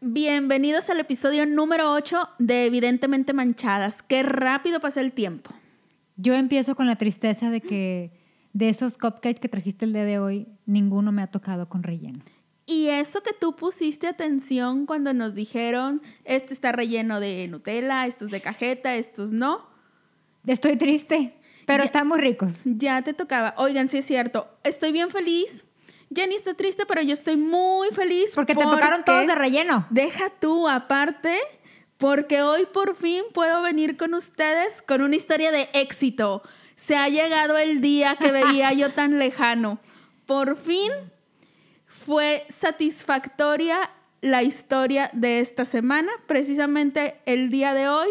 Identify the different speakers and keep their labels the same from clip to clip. Speaker 1: Bienvenidos al episodio número 8 de Evidentemente Manchadas. Qué rápido pasa el tiempo.
Speaker 2: Yo empiezo con la tristeza de que de esos cupcakes que trajiste el día de hoy, ninguno me ha tocado con relleno.
Speaker 1: Y eso que tú pusiste atención cuando nos dijeron, este está relleno de Nutella, estos de cajeta, estos no.
Speaker 2: Estoy triste, pero
Speaker 1: Ya-
Speaker 2: están muy ricos.
Speaker 1: Ya te tocaba. Oigan, sí es cierto. Estoy bien feliz. Jenny está triste, pero yo estoy muy feliz.
Speaker 2: Porque te tocaron todos de relleno.
Speaker 1: Deja tú aparte, porque hoy por fin puedo venir con ustedes con una historia de éxito. Se ha llegado el día que veía yo tan lejano. Por fin fue satisfactoria la historia de esta semana. Precisamente el día de hoy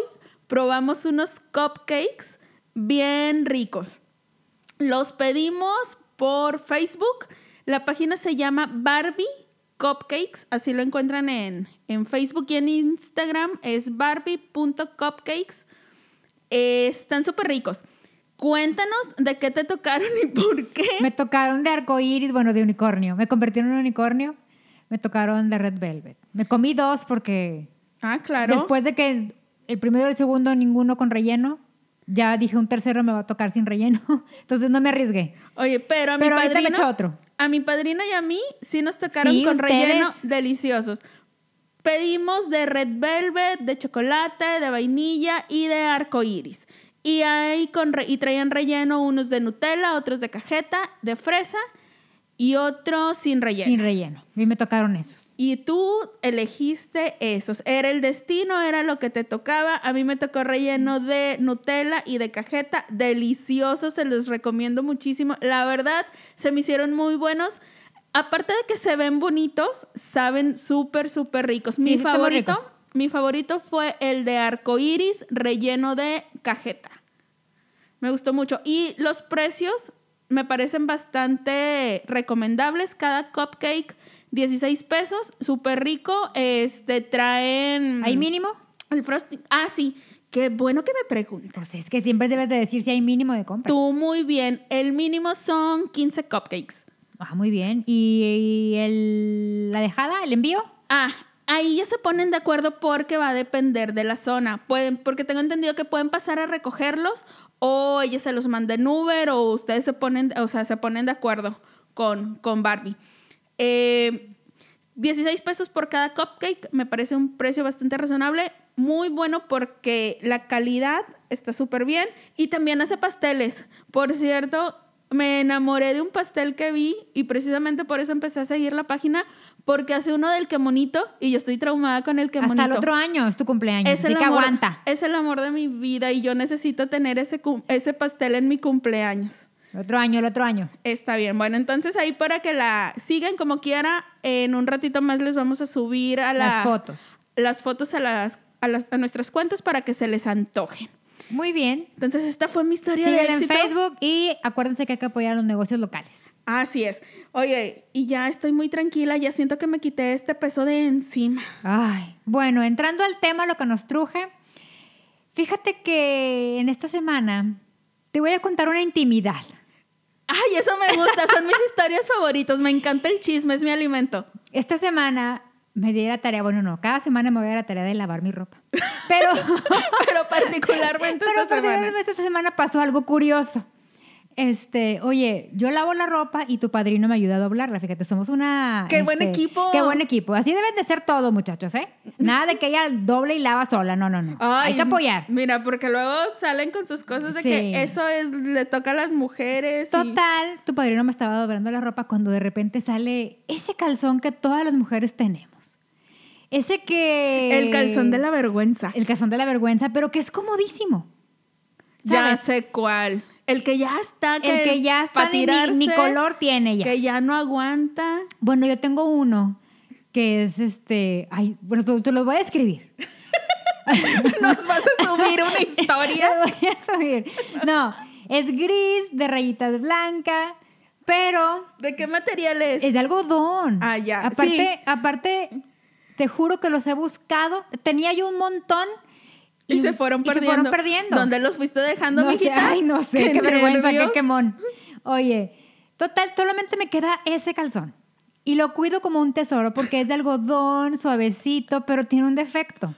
Speaker 1: probamos unos cupcakes bien ricos. Los pedimos por Facebook. La página se llama Barbie Cupcakes. Así lo encuentran en, en Facebook y en Instagram. Es barbie.cupcakes. Eh, están súper ricos. Cuéntanos de qué te tocaron y por qué.
Speaker 2: Me tocaron de arcoíris, bueno, de unicornio. Me convertí en un unicornio. Me tocaron de red velvet. Me comí dos porque
Speaker 1: Ah, claro.
Speaker 2: después de que el primero y el segundo ninguno con relleno, ya dije un tercero me va a tocar sin relleno. Entonces no me arriesgué.
Speaker 1: Oye, pero a mi
Speaker 2: Pero ahorita me
Speaker 1: padrino.
Speaker 2: echo otro.
Speaker 1: A mi padrino y a mí sí nos tocaron
Speaker 2: Sí,
Speaker 1: con
Speaker 2: ustedes.
Speaker 1: relleno deliciosos. Pedimos de red velvet, de chocolate, de vainilla y de arco iris. Y ahí con re- y traían relleno unos de Nutella, otros de cajeta, de fresa y otros sin relleno.
Speaker 2: Sin relleno. A mí me tocaron esos.
Speaker 1: y tú elegiste esos. Era el destino, era lo que te tocaba. A mí me tocó relleno de Nutella y de cajeta. Delicioso, se los recomiendo muchísimo. La verdad, se me hicieron muy buenos. Aparte de que se ven bonitos, saben súper, súper ricos. mi
Speaker 2: sí están muy
Speaker 1: favorito,
Speaker 2: ricos.
Speaker 1: mi favorito fue el de arcoíris relleno de cajeta. Me gustó mucho. Y los precios me parecen bastante recomendables. Cada cupcake, 16 pesos, súper rico. Este, traen...
Speaker 2: ¿Hay mínimo?
Speaker 1: El frosting. Ah, sí. Qué bueno que me preguntas.
Speaker 2: Pues es que siempre debes de decir si hay mínimo de compra.
Speaker 1: Tú muy bien. El mínimo son 15 cupcakes.
Speaker 2: Ah, muy bien. ¿Y, y el- la dejada, el envío?
Speaker 1: Ah, ahí ya se ponen de acuerdo porque va a depender de la zona. Pueden, porque tengo entendido que pueden pasar a recogerlos o ella se los manda en Uber o ustedes se ponen, o sea, se ponen de acuerdo con, con Barbie. Eh, 16 pesos por cada cupcake me parece un precio bastante razonable. Muy bueno porque la calidad está súper bien y también hace pasteles. Por cierto, me enamoré de un pastel que vi y precisamente por eso empecé a seguir la página porque hace uno del que monito y yo estoy traumada con el que
Speaker 2: Hasta
Speaker 1: monito.
Speaker 2: el otro año es tu cumpleaños.
Speaker 1: Es
Speaker 2: así
Speaker 1: el
Speaker 2: que
Speaker 1: amor-
Speaker 2: aguanta.
Speaker 1: Es el amor de mi vida y yo necesito tener ese, cum- ese pastel en mi cumpleaños.
Speaker 2: El otro año, el otro año.
Speaker 1: Está bien, bueno, entonces ahí para que la sigan como quiera, en un ratito más les vamos a subir a la-
Speaker 2: Las fotos.
Speaker 1: Las fotos a, las, a, las- a nuestras cuentas para que se les antojen.
Speaker 2: Muy bien.
Speaker 1: Entonces esta fue mi historia de
Speaker 2: Síguela en
Speaker 1: éxito.
Speaker 2: Facebook y acuérdense que hay que apoyar a los negocios locales.
Speaker 1: Así es. Oye, y ya estoy muy tranquila, ya siento que me quité este peso de encima.
Speaker 2: Ay, bueno, entrando al tema, lo que nos truje. Fíjate que en esta semana te voy a contar una intimidad.
Speaker 1: Ay, eso me gusta, son mis historias favoritas, me encanta el chisme, es mi alimento.
Speaker 2: Esta semana me di la tarea, bueno, no, cada semana me voy a dar la tarea de lavar mi ropa. Pero,
Speaker 1: Pero particularmente
Speaker 2: pero
Speaker 1: esta semana.
Speaker 2: esta semana pasó algo curioso. Este, oye, yo lavo la ropa y tu padrino me ayuda a doblarla. Fíjate, somos una.
Speaker 1: ¡Qué buen
Speaker 2: este,
Speaker 1: equipo!
Speaker 2: Qué buen equipo. Así deben de ser todo, muchachos, ¿eh? Nada de que ella doble y lava sola. No, no, no. Hay
Speaker 1: Ay,
Speaker 2: que apoyar.
Speaker 1: Mira, porque luego salen con sus cosas de
Speaker 2: Sí.
Speaker 1: que eso es, le toca a las mujeres. y-
Speaker 2: Total, tu padrino me estaba doblando la ropa cuando de repente sale ese calzón que todas las mujeres tenemos. Ese que.
Speaker 1: El calzón de la vergüenza.
Speaker 2: El calzón de la vergüenza, pero que es comodísimo.
Speaker 1: Ya
Speaker 2: ¿Sabes?
Speaker 1: sé cuál. El que ya está.
Speaker 2: el que ya está
Speaker 1: pa'
Speaker 2: ni- ni, ni
Speaker 1: tirarse,
Speaker 2: color tiene ya.
Speaker 1: Que ya no aguanta.
Speaker 2: Bueno, yo tengo uno que es este. Ay, bueno, te, te lo voy a escribir.
Speaker 1: Nos vas a subir una historia.
Speaker 2: voy a subir. No, es gris, de rayitas blancas, pero
Speaker 1: ¿De qué material es?
Speaker 2: es de algodón.
Speaker 1: Ah, ya,
Speaker 2: Aparte,
Speaker 1: sí.
Speaker 2: aparte, te juro que los he buscado. Tenía yo un montón.
Speaker 1: y, se fueron
Speaker 2: y se
Speaker 1: perdiendo.
Speaker 2: fueron perdiendo.
Speaker 1: ¿Dónde los fuiste dejando,
Speaker 2: sé,
Speaker 1: mijita?
Speaker 2: ay, no sé, qué, vergüenza, qué
Speaker 1: nervios.
Speaker 2: quemón. Oye, total, solamente me queda ese calzón. Y lo cuido como un tesoro porque es de algodón, suavecito, pero tiene un defecto.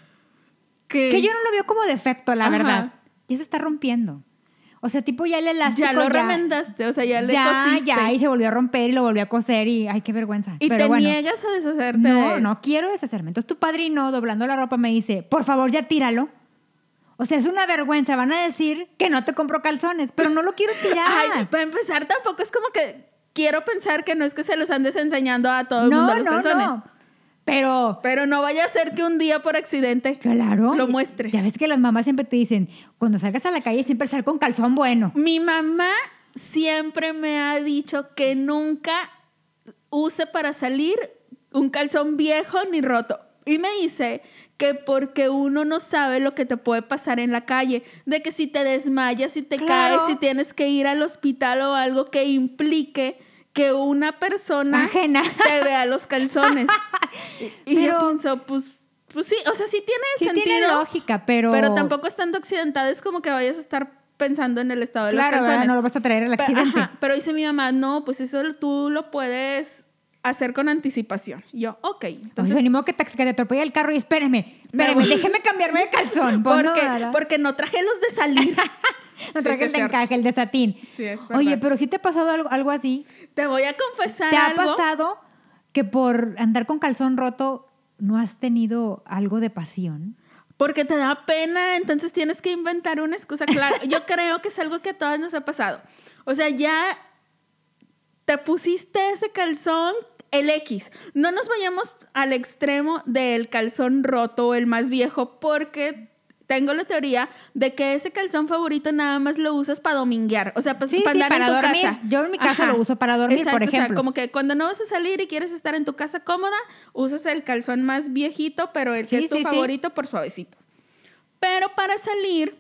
Speaker 1: ¿Qué?
Speaker 2: Que yo no lo veo como defecto, la
Speaker 1: Ajá.
Speaker 2: verdad. Ya se está rompiendo. O sea, tipo ya el elástico.
Speaker 1: ya lo remendaste, o sea, ya le
Speaker 2: ya,
Speaker 1: cosiste.
Speaker 2: ya, y se volvió a romper y lo volvió a coser y ay, qué vergüenza.
Speaker 1: Y
Speaker 2: Pero
Speaker 1: te
Speaker 2: bueno,
Speaker 1: niegas a deshacerte de
Speaker 2: no,
Speaker 1: él.
Speaker 2: no quiero deshacerme. Entonces tu padrino, doblando la ropa, me dice, por favor, ya tíralo. O sea, es una vergüenza. Van a decir que no te compro calzones, pero no lo quiero tirar.
Speaker 1: Ay, para empezar, tampoco es como que quiero pensar que no es que se los andes enseñando a todo el
Speaker 2: no,
Speaker 1: mundo los
Speaker 2: no,
Speaker 1: calzones.
Speaker 2: no. Pero,
Speaker 1: Pero no vaya a ser que un día por accidente
Speaker 2: claro.
Speaker 1: lo muestres.
Speaker 2: Ya ves que las mamás siempre te dicen, cuando salgas a la calle, siempre sal con calzón bueno.
Speaker 1: Mi mamá siempre me ha dicho que nunca use para salir un calzón viejo ni roto. Y me dice que porque uno no sabe lo que te puede pasar en la calle, de que si te desmayas, si te
Speaker 2: Claro.
Speaker 1: caes, si tienes que ir al hospital o algo que implique que una persona
Speaker 2: Ajena.
Speaker 1: te vea los calzones. y y yo
Speaker 2: Pero-
Speaker 1: pienso, pues, pues sí, o sea, sí tiene
Speaker 2: Sí
Speaker 1: sentido.
Speaker 2: tiene lógica, pero...
Speaker 1: Pero tampoco es tanto accidentado, es como que vayas a estar pensando en el estado de
Speaker 2: Claro,
Speaker 1: los
Speaker 2: ¿verdad?
Speaker 1: calzones.
Speaker 2: no lo vas a traer al
Speaker 1: Pe-
Speaker 2: accidente.
Speaker 1: ajá, pero, dice mi mamá, no, pues eso lo- tú lo puedes hacer con anticipación. Y yo, ok.
Speaker 2: Oye,
Speaker 1: Entonces,
Speaker 2: ni modo que te, que te atropelle el carro y espéreme, espéreme,
Speaker 1: voy.
Speaker 2: déjeme cambiarme de calzón. pues, no,
Speaker 1: porque,
Speaker 2: ¿verdad?
Speaker 1: porque no traje los de salir.
Speaker 2: No
Speaker 1: Sí,
Speaker 2: traje
Speaker 1: sí,
Speaker 2: el
Speaker 1: es
Speaker 2: de
Speaker 1: cierto.
Speaker 2: encaje, el de satín.
Speaker 1: Sí, es verdad.
Speaker 2: Oye, pero si te ha pasado algo, algo así.
Speaker 1: Te voy a confesar
Speaker 2: ¿Te ha
Speaker 1: algo.
Speaker 2: pasado que por andar con calzón roto no has tenido algo de pasión?
Speaker 1: Porque te da pena, entonces tienes que inventar una excusa. Claro, yo creo que es algo que a todas nos ha pasado. O sea, ya te pusiste ese calzón, el X. No nos vayamos al extremo del calzón roto o el más viejo, porque tengo la teoría de que ese calzón favorito nada más lo usas para dominguear. O sea, pa-
Speaker 2: Sí,
Speaker 1: para
Speaker 2: sí,
Speaker 1: andar en
Speaker 2: para
Speaker 1: tu
Speaker 2: dormir.
Speaker 1: casa.
Speaker 2: Yo en mi casa lo uso para dormir, por
Speaker 1: Exacto, O sea,
Speaker 2: ejemplo.
Speaker 1: como que cuando no vas a salir y quieres estar en tu casa cómoda, usas el calzón más viejito, pero el que
Speaker 2: Sí,
Speaker 1: es tu
Speaker 2: sí, sí.
Speaker 1: favorito por suavecito. Pero para salir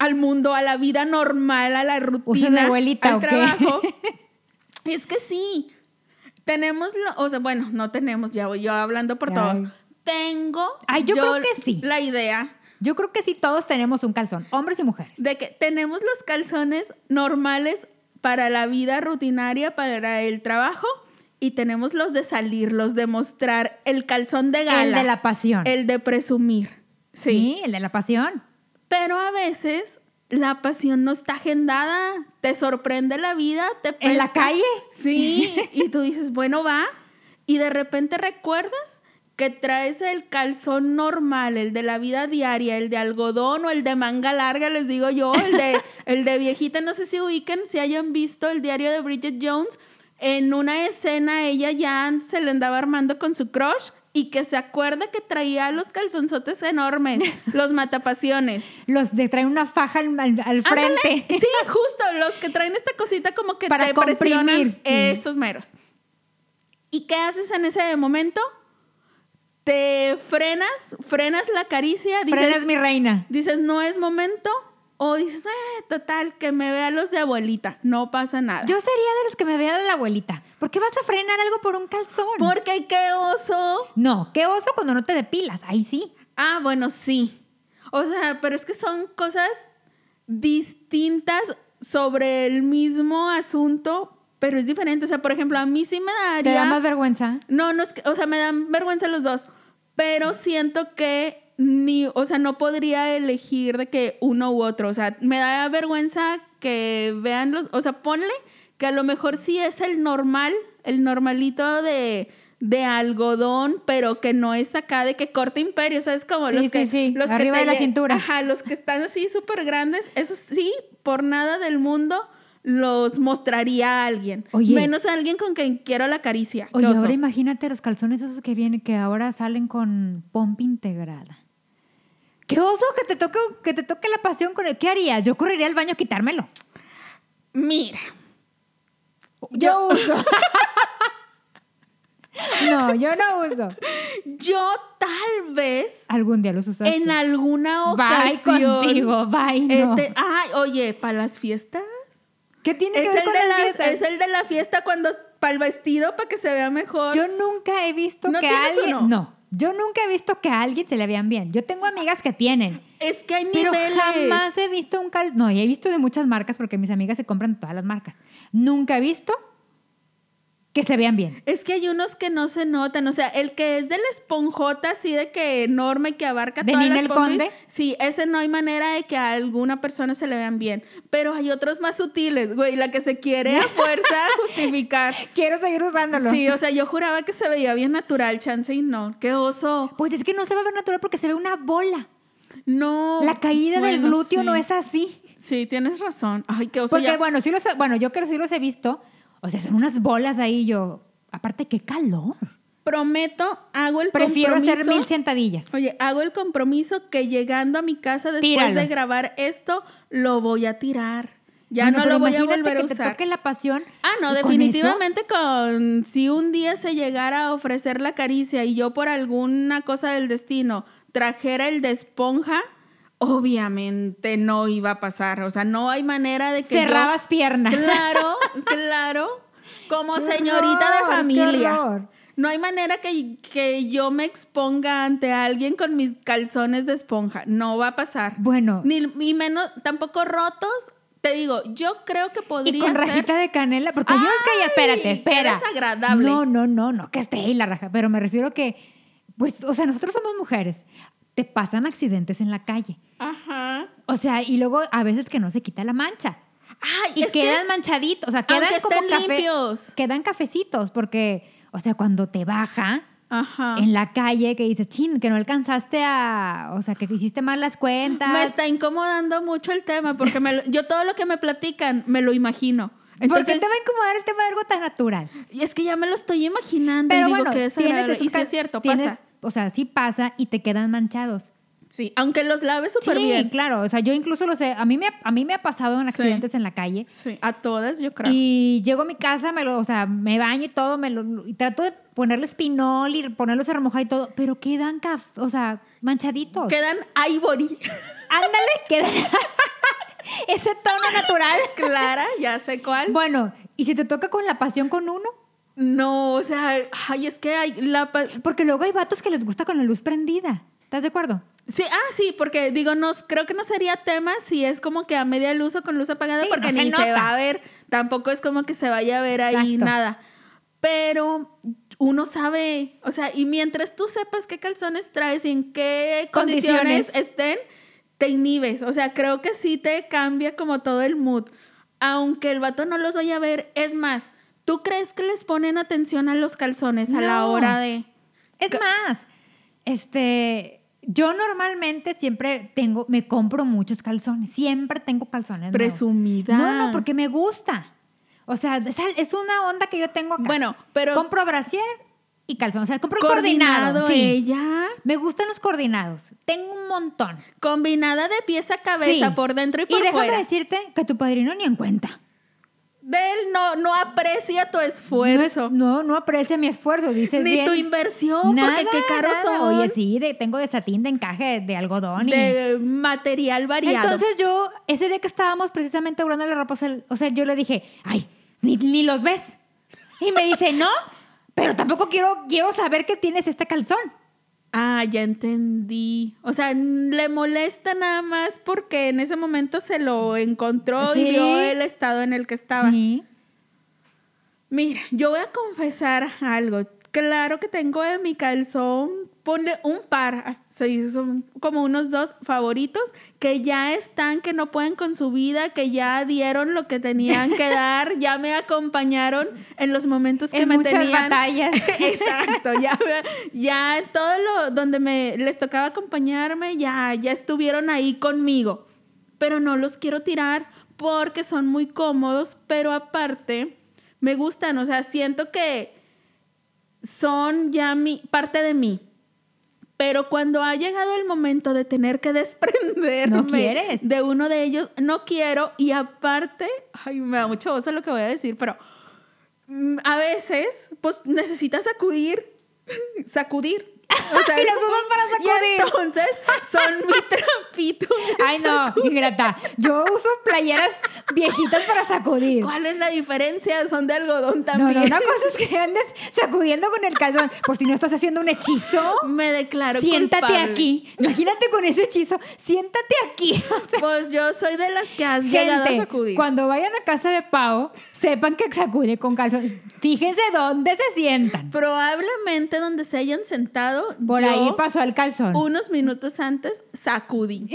Speaker 1: al mundo, a la vida normal, a la rutina,
Speaker 2: abuelita,
Speaker 1: al
Speaker 2: ¿o qué?
Speaker 1: trabajo, es que sí. Tenemos, lo- o sea, bueno, no tenemos, ya voy yo hablando por
Speaker 2: Ay.
Speaker 1: todos. Tengo
Speaker 2: Ay, yo creo que sí.
Speaker 1: la idea
Speaker 2: Yo creo que sí, todos tenemos un calzón, hombres y mujeres.
Speaker 1: de que tenemos los calzones normales para la vida rutinaria, para el trabajo, y tenemos los de salir, los de mostrar, el calzón de gala.
Speaker 2: el de la pasión.
Speaker 1: El de presumir. sí.
Speaker 2: el de la pasión.
Speaker 1: Pero a veces la pasión no está agendada, te sorprende la vida, te
Speaker 2: ¿En la
Speaker 1: pesca.
Speaker 2: calle?
Speaker 1: Sí, y tú dices, bueno, va, y de repente recuerdas que traes el calzón normal, el de la vida diaria, el de algodón o el de manga larga, les digo yo, el de, el de viejita, no sé si ubiquen, si hayan visto el diario de Bridget Jones, en una escena ella ya se le andaba armando con su crush y que se acuerda que traía los calzonzotes enormes, los matapasiones.
Speaker 2: Los de traer una faja al, al- al
Speaker 1: Ándale.
Speaker 2: frente.
Speaker 1: Sí, justo, los que traen esta cosita como que
Speaker 2: Para
Speaker 1: te presionan
Speaker 2: comprimir.
Speaker 1: esos meros. ¿Y qué haces en ese momento? Te frenas, frenas la caricia, dices,
Speaker 2: Frenas mi reina.
Speaker 1: dices, no es momento, o dices, "Eh, total, que me vean los de abuelita, no pasa nada.
Speaker 2: Yo sería de los que me vea de la abuelita. ¿Por qué vas a frenar algo por un calzón?
Speaker 1: Porque qué oso.
Speaker 2: No, qué oso cuando no te depilas. Ahí sí.
Speaker 1: Ah, bueno, sí. O sea, pero es que son cosas distintas sobre el mismo asunto, pero es diferente. O sea, por ejemplo, a mí sí me
Speaker 2: Te
Speaker 1: daría.
Speaker 2: da más vergüenza.
Speaker 1: no, no es que, o sea, me dan vergüenza los dos, pero siento que ni, o sea, no podría elegir de que uno u otro. O sea, me da vergüenza que vean los, o sea, ponle que a lo mejor sí es el normal, el normalito de de algodón, pero que no es acá de que corte imperio, ¿sabes? Como
Speaker 2: Sí,
Speaker 1: los
Speaker 2: sí,
Speaker 1: que...
Speaker 2: sí.
Speaker 1: Los que
Speaker 2: Arriba
Speaker 1: te
Speaker 2: de la
Speaker 1: lle-
Speaker 2: cintura.
Speaker 1: Ajá, los que están así súper grandes, esos sí, por nada del mundo los mostraría a alguien.
Speaker 2: Oye.
Speaker 1: Menos a alguien con quien quiero la caricia.
Speaker 2: Oye,
Speaker 1: Qué oso.
Speaker 2: ahora imagínate los calzones esos que vienen, que ahora salen con pompa integrada. Qué oso que te toque, que te toque la pasión con el- ¿Qué harías? Yo correría al baño a quitármelo.
Speaker 1: Mira,
Speaker 2: Yo uso. no, yo no uso.
Speaker 1: yo tal vez
Speaker 2: Algún día los usaste.
Speaker 1: en alguna
Speaker 2: Bye
Speaker 1: ocasión.
Speaker 2: contigo, bye. No.
Speaker 1: este, ay, oye, ¿para las fiestas?
Speaker 2: ¿Qué tiene que
Speaker 1: Es
Speaker 2: ver
Speaker 1: el,
Speaker 2: con
Speaker 1: de
Speaker 2: las
Speaker 1: las-
Speaker 2: fiestas?
Speaker 1: es el de la fiesta cuando para el vestido para que se vea mejor.
Speaker 2: Yo nunca he visto
Speaker 1: ¿No
Speaker 2: que
Speaker 1: tienes
Speaker 2: alguien.
Speaker 1: uno?
Speaker 2: No, yo nunca he visto que a alguien se le vean bien. Yo tengo amigas que tienen.
Speaker 1: es que hay
Speaker 2: Pero
Speaker 1: niveles.
Speaker 2: jamás he visto un calzón. No, y he visto de muchas marcas porque mis amigas se compran todas las marcas. Nunca he visto que se vean bien.
Speaker 1: Es que hay unos que no se notan, o sea, el que es de la esponjota así de que enorme que abarca
Speaker 2: ¿De
Speaker 1: todas las
Speaker 2: Ninel
Speaker 1: pompis,
Speaker 2: Conde?
Speaker 1: Sí, ese no hay manera de que a alguna persona se le vean bien, pero hay otros más sutiles, güey, la que se quiere a fuerza justificar.
Speaker 2: Quiero seguir usándolo.
Speaker 1: Sí, o sea, yo juraba que se veía bien natural, chance y no, qué oso.
Speaker 2: Pues es que no se va a ver natural porque se ve una bola.
Speaker 1: No.
Speaker 2: La caída del
Speaker 1: bueno,
Speaker 2: glúteo
Speaker 1: sí.
Speaker 2: no es así.
Speaker 1: Sí, tienes razón. Ay, qué oso
Speaker 2: Porque
Speaker 1: ya.
Speaker 2: bueno, sí los, bueno, yo creo que sí los he visto. O sea, son unas bolas ahí yo. Aparte, qué calor.
Speaker 1: Prometo, hago el
Speaker 2: Prefiero
Speaker 1: compromiso.
Speaker 2: hacer mil sentadillas.
Speaker 1: Oye, hago el compromiso que llegando a mi casa después de
Speaker 2: Tíralos.
Speaker 1: grabar esto, lo voy a tirar. Ya
Speaker 2: Bueno,
Speaker 1: no
Speaker 2: pero
Speaker 1: lo voy a
Speaker 2: imagínate
Speaker 1: volver a
Speaker 2: que te
Speaker 1: usar.
Speaker 2: toque la pasión.
Speaker 1: Ah, no,
Speaker 2: y con eso-
Speaker 1: definitivamente con si un día se llegara a ofrecer la caricia y yo por alguna cosa del destino trajera el de esponja, obviamente no iba a pasar. O sea, no hay manera de que yo-
Speaker 2: cerrabas pierna.
Speaker 1: Claro, claro. Como
Speaker 2: ¡Qué
Speaker 1: señorita
Speaker 2: horror,
Speaker 1: de
Speaker 2: qué
Speaker 1: familia.
Speaker 2: horror!
Speaker 1: No hay manera que, que yo me exponga ante alguien con mis calzones de esponja. No va a pasar.
Speaker 2: Bueno,
Speaker 1: Ni, y menos, tampoco rotos. Te digo, yo creo que podría
Speaker 2: y con
Speaker 1: ser-
Speaker 2: rajita de canela, porque yo es que ya, espérate,
Speaker 1: ¡Ay! Qué
Speaker 2: espera.
Speaker 1: desagradable.
Speaker 2: No, no, no, no, que esté ahí la raja, pero me refiero que, pues, o sea, nosotros somos mujeres, te pasan accidentes en la calle,
Speaker 1: Ajá.
Speaker 2: o sea, y luego a veces que no se quita la mancha.
Speaker 1: Ay,
Speaker 2: Y
Speaker 1: es que-
Speaker 2: quedan manchaditos, o sea, quedan
Speaker 1: aunque
Speaker 2: como
Speaker 1: estén
Speaker 2: café-
Speaker 1: limpios.
Speaker 2: Quedan cafecitos, porque, o sea, cuando te baja
Speaker 1: Ajá.
Speaker 2: en la calle que dices, chin, que no alcanzaste a, o sea, que hiciste mal las cuentas.
Speaker 1: Me está incomodando mucho el tema porque me lo- yo todo lo que me platican me lo imagino.
Speaker 2: ¿Por qué
Speaker 1: Entonces,
Speaker 2: te va a incomodar el tema de algo tan natural?
Speaker 1: y es que ya me lo estoy imaginando
Speaker 2: Pero
Speaker 1: y digo
Speaker 2: bueno,
Speaker 1: que es
Speaker 2: tienes esos
Speaker 1: Y sí
Speaker 2: ca-
Speaker 1: es cierto,
Speaker 2: tienes-
Speaker 1: pasa.
Speaker 2: O sea, sí pasa y te quedan manchados.
Speaker 1: Sí, aunque los laves súper
Speaker 2: sí,
Speaker 1: bien.
Speaker 2: claro. O sea, yo incluso lo sé. A mí me, ha- a mí me ha pasado en
Speaker 1: Sí.
Speaker 2: accidentes en la calle.
Speaker 1: Sí, a todas yo creo.
Speaker 2: Y llego a mi casa, me lo, o sea, me baño y todo, me lo, y trato de ponerle espinol y ponerlos a remojar y todo, pero quedan, caf- o sea, manchaditos.
Speaker 1: Quedan ivory.
Speaker 2: Ándale, quedan ese tono natural.
Speaker 1: Clara, ya sé cuál.
Speaker 2: Bueno, y si te toca con la pasión con uno,
Speaker 1: No, o sea, ay, es que hay la... pa-
Speaker 2: porque luego hay vatos que les gusta con la luz prendida. ¿Estás de acuerdo?
Speaker 1: Sí, ah, sí, porque digo, no, creo que no sería tema si es como que a media luz o con luz apagada,
Speaker 2: Sí,
Speaker 1: porque
Speaker 2: no se
Speaker 1: ni se
Speaker 2: nota.
Speaker 1: va a ver, tampoco es como que se vaya a ver ahí
Speaker 2: Exacto.
Speaker 1: nada. Pero uno sabe, o sea, y mientras tú sepas qué calzones traes y en qué condiciones,
Speaker 2: Condiciones.
Speaker 1: estén, te inhibes. O sea, creo que sí te cambia como todo el mood. Aunque el vato no los vaya a ver, es más, ¿tú crees que les ponen atención a los calzones a la
Speaker 2: No.
Speaker 1: hora de...
Speaker 2: Es
Speaker 1: Ca-
Speaker 2: más, este, yo normalmente siempre tengo, me compro muchos calzones. Siempre tengo calzones. nuevos.
Speaker 1: Presumida.
Speaker 2: No, no, porque me gusta. O sea, es al- es una onda que yo tengo acá.
Speaker 1: Bueno, pero-
Speaker 2: Compro brasier y calzón. O sea, compro coordinado.
Speaker 1: coordinado
Speaker 2: sí.
Speaker 1: ella?
Speaker 2: Me gustan los coordinados. Tengo un montón.
Speaker 1: Combinada de pieza a cabeza
Speaker 2: Sí.
Speaker 1: por dentro y por
Speaker 2: déjame
Speaker 1: fuera.
Speaker 2: decirte que tu padrino ni en cuenta.
Speaker 1: De él no, no aprecia tu esfuerzo.
Speaker 2: No, no aprecia mi esfuerzo, dices
Speaker 1: ni
Speaker 2: bien.
Speaker 1: tu inversión, porque qué caros
Speaker 2: nada.
Speaker 1: son.
Speaker 2: Oye, sí, de- tengo de satín, de encaje, de algodón. y-
Speaker 1: De material variado.
Speaker 2: Entonces yo, ese día que estábamos precisamente orando la ropa, o sea, o sea, yo le dije, ay, ni, ni los ves. Y me dice, no, pero tampoco quiero, quiero saber que tienes este calzón.
Speaker 1: ah, ya entendí. O sea, n- le molesta nada más porque en ese momento se lo encontró y
Speaker 2: Sí.
Speaker 1: vio el estado en el que estaba.
Speaker 2: Sí.
Speaker 1: Mira, yo voy a confesar algo. Claro que tengo en mi calzón, ponle un par, as- sí, son como unos dos favoritos que ya están, que no pueden con su vida, que ya dieron lo que tenían que dar, ya me acompañaron en los momentos que
Speaker 2: en
Speaker 1: me
Speaker 2: muchas
Speaker 1: tenían.
Speaker 2: batallas.
Speaker 1: Exacto, ya, ya todo lo donde me les tocaba acompañarme, ya, ya estuvieron ahí conmigo. Pero no los quiero tirar porque son muy cómodos, pero aparte me gustan, o sea, siento que son ya mi parte de mí. Pero cuando ha llegado el momento de tener que desprenderme
Speaker 2: No quieres.
Speaker 1: de uno de ellos, no quiero. Y aparte, ay, me da mucho oso lo que voy a decir, pero mm, a veces, pues necesitas sacudir, sacudir. O sea,
Speaker 2: Y los usas para
Speaker 1: Y
Speaker 2: sacudir.
Speaker 1: entonces son mi trapito.
Speaker 2: Ay, no, ingrata. Yo uso playeras viejitas para sacudir.
Speaker 1: ¿Cuál es la diferencia? Son de algodón
Speaker 2: No,
Speaker 1: también.
Speaker 2: no, una cosa es que andes sacudiendo con el calzón. Pues si no estás haciendo un hechizo,
Speaker 1: Me declaro
Speaker 2: siéntate
Speaker 1: culpable.
Speaker 2: aquí. Imagínate con ese hechizo, siéntate aquí.
Speaker 1: Pues yo soy de las que has llegado a
Speaker 2: Gente,
Speaker 1: sacudir.
Speaker 2: cuando vayan a casa de Pau, sepan que sacude con calzón. Fíjense dónde se sientan.
Speaker 1: Probablemente donde se hayan sentado.
Speaker 2: Por
Speaker 1: yo,
Speaker 2: ahí pasó el calzón.
Speaker 1: Unos minutos antes, sacudí.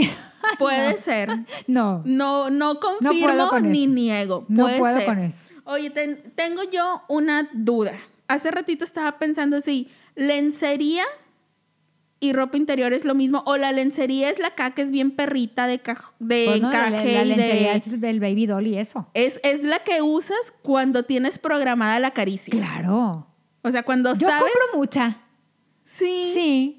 Speaker 1: Puede ser.
Speaker 2: No.
Speaker 1: No, no confirmo
Speaker 2: puedo con
Speaker 1: ni
Speaker 2: eso.
Speaker 1: niego.
Speaker 2: No
Speaker 1: Puede
Speaker 2: puedo
Speaker 1: ser.
Speaker 2: con eso.
Speaker 1: Oye, ten- tengo yo una duda. Hace ratito estaba pensando si lencería y ropa interior es lo mismo o la lencería es la caca que es bien perrita de, caj- de
Speaker 2: Pues no, la-
Speaker 1: encaje
Speaker 2: la,
Speaker 1: y de-
Speaker 2: lencería es el baby doll y eso.
Speaker 1: es, es la que usas cuando tienes programada la caricia.
Speaker 2: Claro.
Speaker 1: O sea, cuando
Speaker 2: Yo
Speaker 1: sabes.
Speaker 2: compro mucha.
Speaker 1: Sí.
Speaker 2: Sí.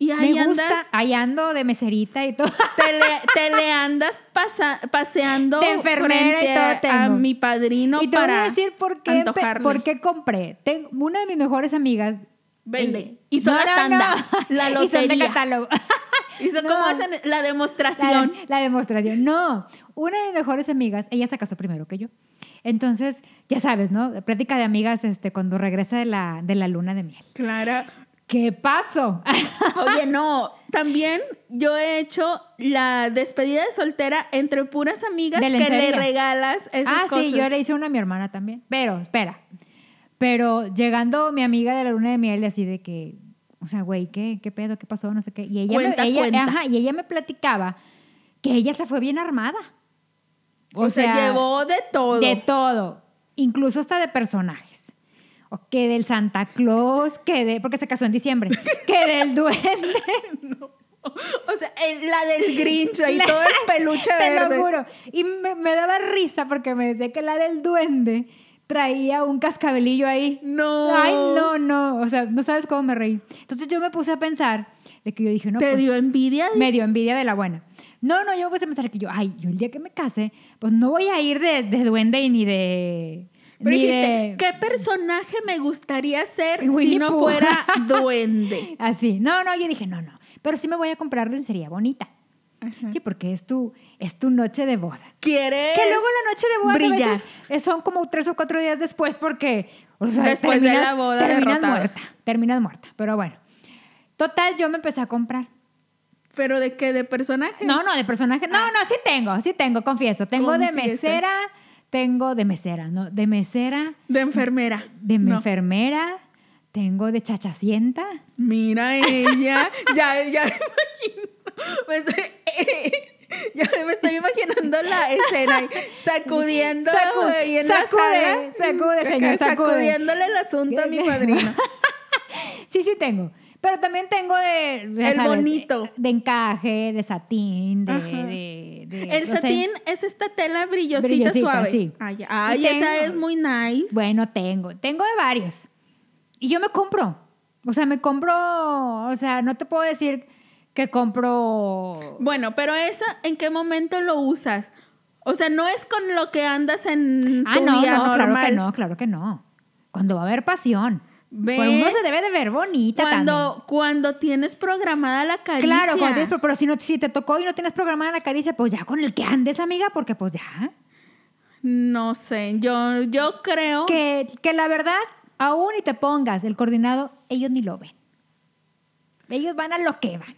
Speaker 1: Y ahí
Speaker 2: me gusta.
Speaker 1: andas.
Speaker 2: Ahí ando de meserita y todo.
Speaker 1: Te le, te le andas pasa- paseando
Speaker 2: De enfermera y
Speaker 1: frente
Speaker 2: todo
Speaker 1: a-
Speaker 2: tengo.
Speaker 1: a, mi padrino
Speaker 2: y te
Speaker 1: para
Speaker 2: voy a decir por qué, empe-
Speaker 1: antojarme.
Speaker 2: por qué compré. Tengo- una de mis mejores amigas.
Speaker 1: Vende.
Speaker 2: eh,
Speaker 1: Hizo la tanda, la
Speaker 2: Y son de
Speaker 1: lotería.
Speaker 2: catálogo.
Speaker 1: Hizo
Speaker 2: No.
Speaker 1: como hacen la
Speaker 2: la,
Speaker 1: demostración.
Speaker 2: la demostración. No, una de mis mejores amigas, ella se casó primero que yo. Entonces, ya sabes, ¿no? Práctica de amigas este, cuando regresa de la, de la luna de miel.
Speaker 1: Clara.
Speaker 2: ¿Qué pasó?
Speaker 1: Oye, no. También yo he hecho la despedida de soltera entre puras amigas
Speaker 2: De
Speaker 1: que le
Speaker 2: lencería.
Speaker 1: regalas esas
Speaker 2: ah,
Speaker 1: cosas.
Speaker 2: sí, yo le hice una a mi hermana también. Pero, espera. Pero llegando mi amiga de la luna de miel, así de que, o sea, güey, ¿qué, ¿qué pedo? ¿Qué pasó? No sé qué. Y ella,
Speaker 1: Cuenta,
Speaker 2: me, ella-
Speaker 1: cuenta.
Speaker 2: ajá, y ella me platicaba que ella se fue bien armada.
Speaker 1: O, sea, llevó de todo.
Speaker 2: De todo. Incluso hasta de personajes. O que del Santa Claus, que de. Porque se casó en diciembre. que del duende.
Speaker 1: o sea, el- la del Grinch y todo el peluche
Speaker 2: Te
Speaker 1: verde.
Speaker 2: lo juro. Y me, me daba risa porque me decía que la del duende traía un cascabelillo ahí.
Speaker 1: No.
Speaker 2: Ay, no, no. O sea, no sabes cómo me reí. Entonces yo me puse a pensar de que yo dije, no,
Speaker 1: ¿Te
Speaker 2: pues
Speaker 1: dio envidia?
Speaker 2: me dio envidia de la buena. No, no, yo me puse a pensar que yo, ay, yo el día que me case, pues no voy a ir de, de duende y ni de.
Speaker 1: Pero
Speaker 2: ni
Speaker 1: dijiste,
Speaker 2: de-
Speaker 1: ¿qué personaje me gustaría ser si
Speaker 2: Winnie
Speaker 1: no
Speaker 2: Pooh.
Speaker 1: fuera duende?
Speaker 2: Así. No, no, yo dije, no, no. Pero sí me voy a comprar lencería bonita. Sí, porque es tu, es tu noche de bodas.
Speaker 1: ¿Quieres?
Speaker 2: Que luego la noche de bodas a
Speaker 1: brillar.
Speaker 2: veces, eh, son como tres o cuatro días después porque o sea,
Speaker 1: Después de la boda
Speaker 2: terminas
Speaker 1: derrotados.
Speaker 2: muerta, terminas muerta, pero bueno. Total, yo me empecé a comprar.
Speaker 1: ¿Pero de qué? ¿De personaje?
Speaker 2: No, no, de personaje.
Speaker 1: Ah.
Speaker 2: No, no, sí tengo, sí tengo, confieso. Tengo de
Speaker 1: Confiesa.
Speaker 2: mesera, tengo de mesera, no, de mesera,
Speaker 1: De enfermera.
Speaker 2: de
Speaker 1: No.
Speaker 2: enfermera, tengo de chachacienta.
Speaker 1: Mira ella, ya, ya me imagino. me estoy- ya me estoy imaginando la escena ahí, sacudiendo
Speaker 2: Sacu-
Speaker 1: ahí en
Speaker 2: sacude,
Speaker 1: la sala.
Speaker 2: sacude,
Speaker 1: Acá,
Speaker 2: señor, sacude.
Speaker 1: Sacudiéndole el asunto a mi padrino.
Speaker 2: Sí, sí tengo. Pero también tengo de... ya
Speaker 1: El bonito.
Speaker 2: De encaje, de satín, de...
Speaker 1: Ajá.
Speaker 2: de- de- o
Speaker 1: El
Speaker 2: sea,
Speaker 1: satín es esta tela brillosita,
Speaker 2: Brillosita,
Speaker 1: suave.
Speaker 2: sí.
Speaker 1: Ay, ay,
Speaker 2: Y
Speaker 1: esa
Speaker 2: tengo-
Speaker 1: es muy nice.
Speaker 2: Bueno, tengo, tengo de varios. Y yo me compro. O sea, me compro, o sea, no te puedo decir que compro
Speaker 1: Bueno, pero eso, ¿en qué momento lo usas? O sea, no es con lo que andas en tu
Speaker 2: Ah, no,
Speaker 1: día
Speaker 2: no, claro que
Speaker 1: normal.
Speaker 2: no, claro que no. Cuando va a haber pasión.
Speaker 1: ¿Ves?
Speaker 2: Pues uno se debe de ver bonita
Speaker 1: Cuando, cuando tienes programada la
Speaker 2: también.
Speaker 1: caricia.
Speaker 2: Claro, cuando tienes, pro- pero si, no, si te tocó y no tienes programada la caricia, pues ya con el que andes, amiga, porque pues ya.
Speaker 1: No sé, yo, yo creo.
Speaker 2: Que, que la verdad, aún y te pongas el coordinado, ellos ni lo ven. Ellos van a lo que van.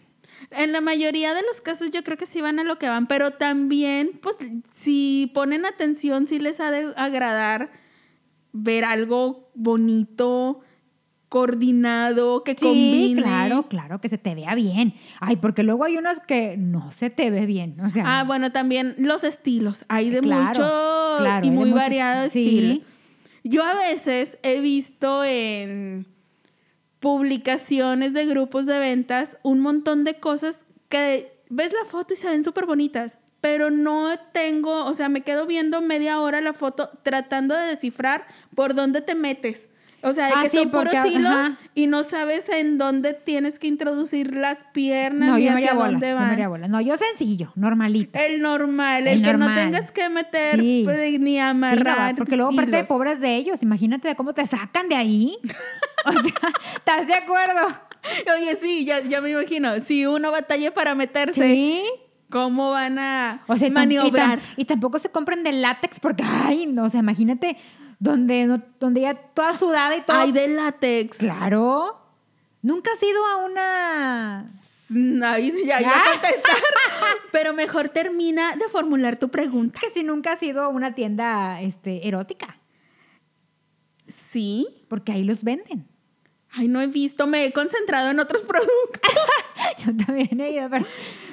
Speaker 1: En la mayoría de los casos yo creo que sí van a lo que van, pero también, pues, si ponen atención, sí les ha de agradar ver algo bonito, coordinado, que
Speaker 2: Sí,
Speaker 1: combine.
Speaker 2: claro, claro, que se te vea bien. Ay, porque luego hay unas que no se te ve bien. O sea,
Speaker 1: Ah, bueno, también los estilos. Hay de
Speaker 2: Claro,
Speaker 1: mucho
Speaker 2: claro, hay
Speaker 1: y
Speaker 2: de
Speaker 1: muy
Speaker 2: muchos.
Speaker 1: variado
Speaker 2: Sí.
Speaker 1: estilo. Yo a veces he visto en publicaciones de grupos de ventas un montón de cosas que ves la foto y se ven súper bonitas, pero no tengo, o sea, me quedo viendo media hora la foto tratando de descifrar por dónde te metes. O sea, de
Speaker 2: Ah,
Speaker 1: que
Speaker 2: sí,
Speaker 1: son
Speaker 2: porque,
Speaker 1: puros hilos
Speaker 2: ajá.
Speaker 1: y no sabes en dónde tienes que introducir las piernas
Speaker 2: no,
Speaker 1: ni
Speaker 2: yo me
Speaker 1: hacia
Speaker 2: haría bolas,
Speaker 1: dónde
Speaker 2: yo me
Speaker 1: van.
Speaker 2: haría bolas. No, yo sencillo, normalito.
Speaker 1: El normal, el,
Speaker 2: El
Speaker 1: que no
Speaker 2: normal.
Speaker 1: tengas que meter
Speaker 2: Sí.
Speaker 1: pues, ni
Speaker 2: Sí, no,
Speaker 1: amarrar.
Speaker 2: porque luego parte de
Speaker 1: hilos.
Speaker 2: pobres de ellos, imagínate de cómo te sacan de ahí. O sea, ¿estás de acuerdo?
Speaker 1: Oye, sí, ya, ya me imagino. Si uno batalla para meterse,
Speaker 2: Sí.
Speaker 1: ¿cómo van a
Speaker 2: O sea, y tam- y,
Speaker 1: maniobrar?
Speaker 2: tam- y tampoco se compren de látex porque, ay, no, o sea, imagínate donde, no, donde ya toda sudada y todo.
Speaker 1: Ay, de látex.
Speaker 2: Claro. Nunca has ido a una...
Speaker 1: Mm, Ay, ya iba
Speaker 2: Ah.
Speaker 1: a contestar. Pero mejor termina de formular tu pregunta.
Speaker 2: que si nunca has ido a una tienda este, erótica.
Speaker 1: Sí.
Speaker 2: Porque ahí los venden.
Speaker 1: Ay, no he visto, me he concentrado en otros productos.
Speaker 2: Yo también he ido, pero,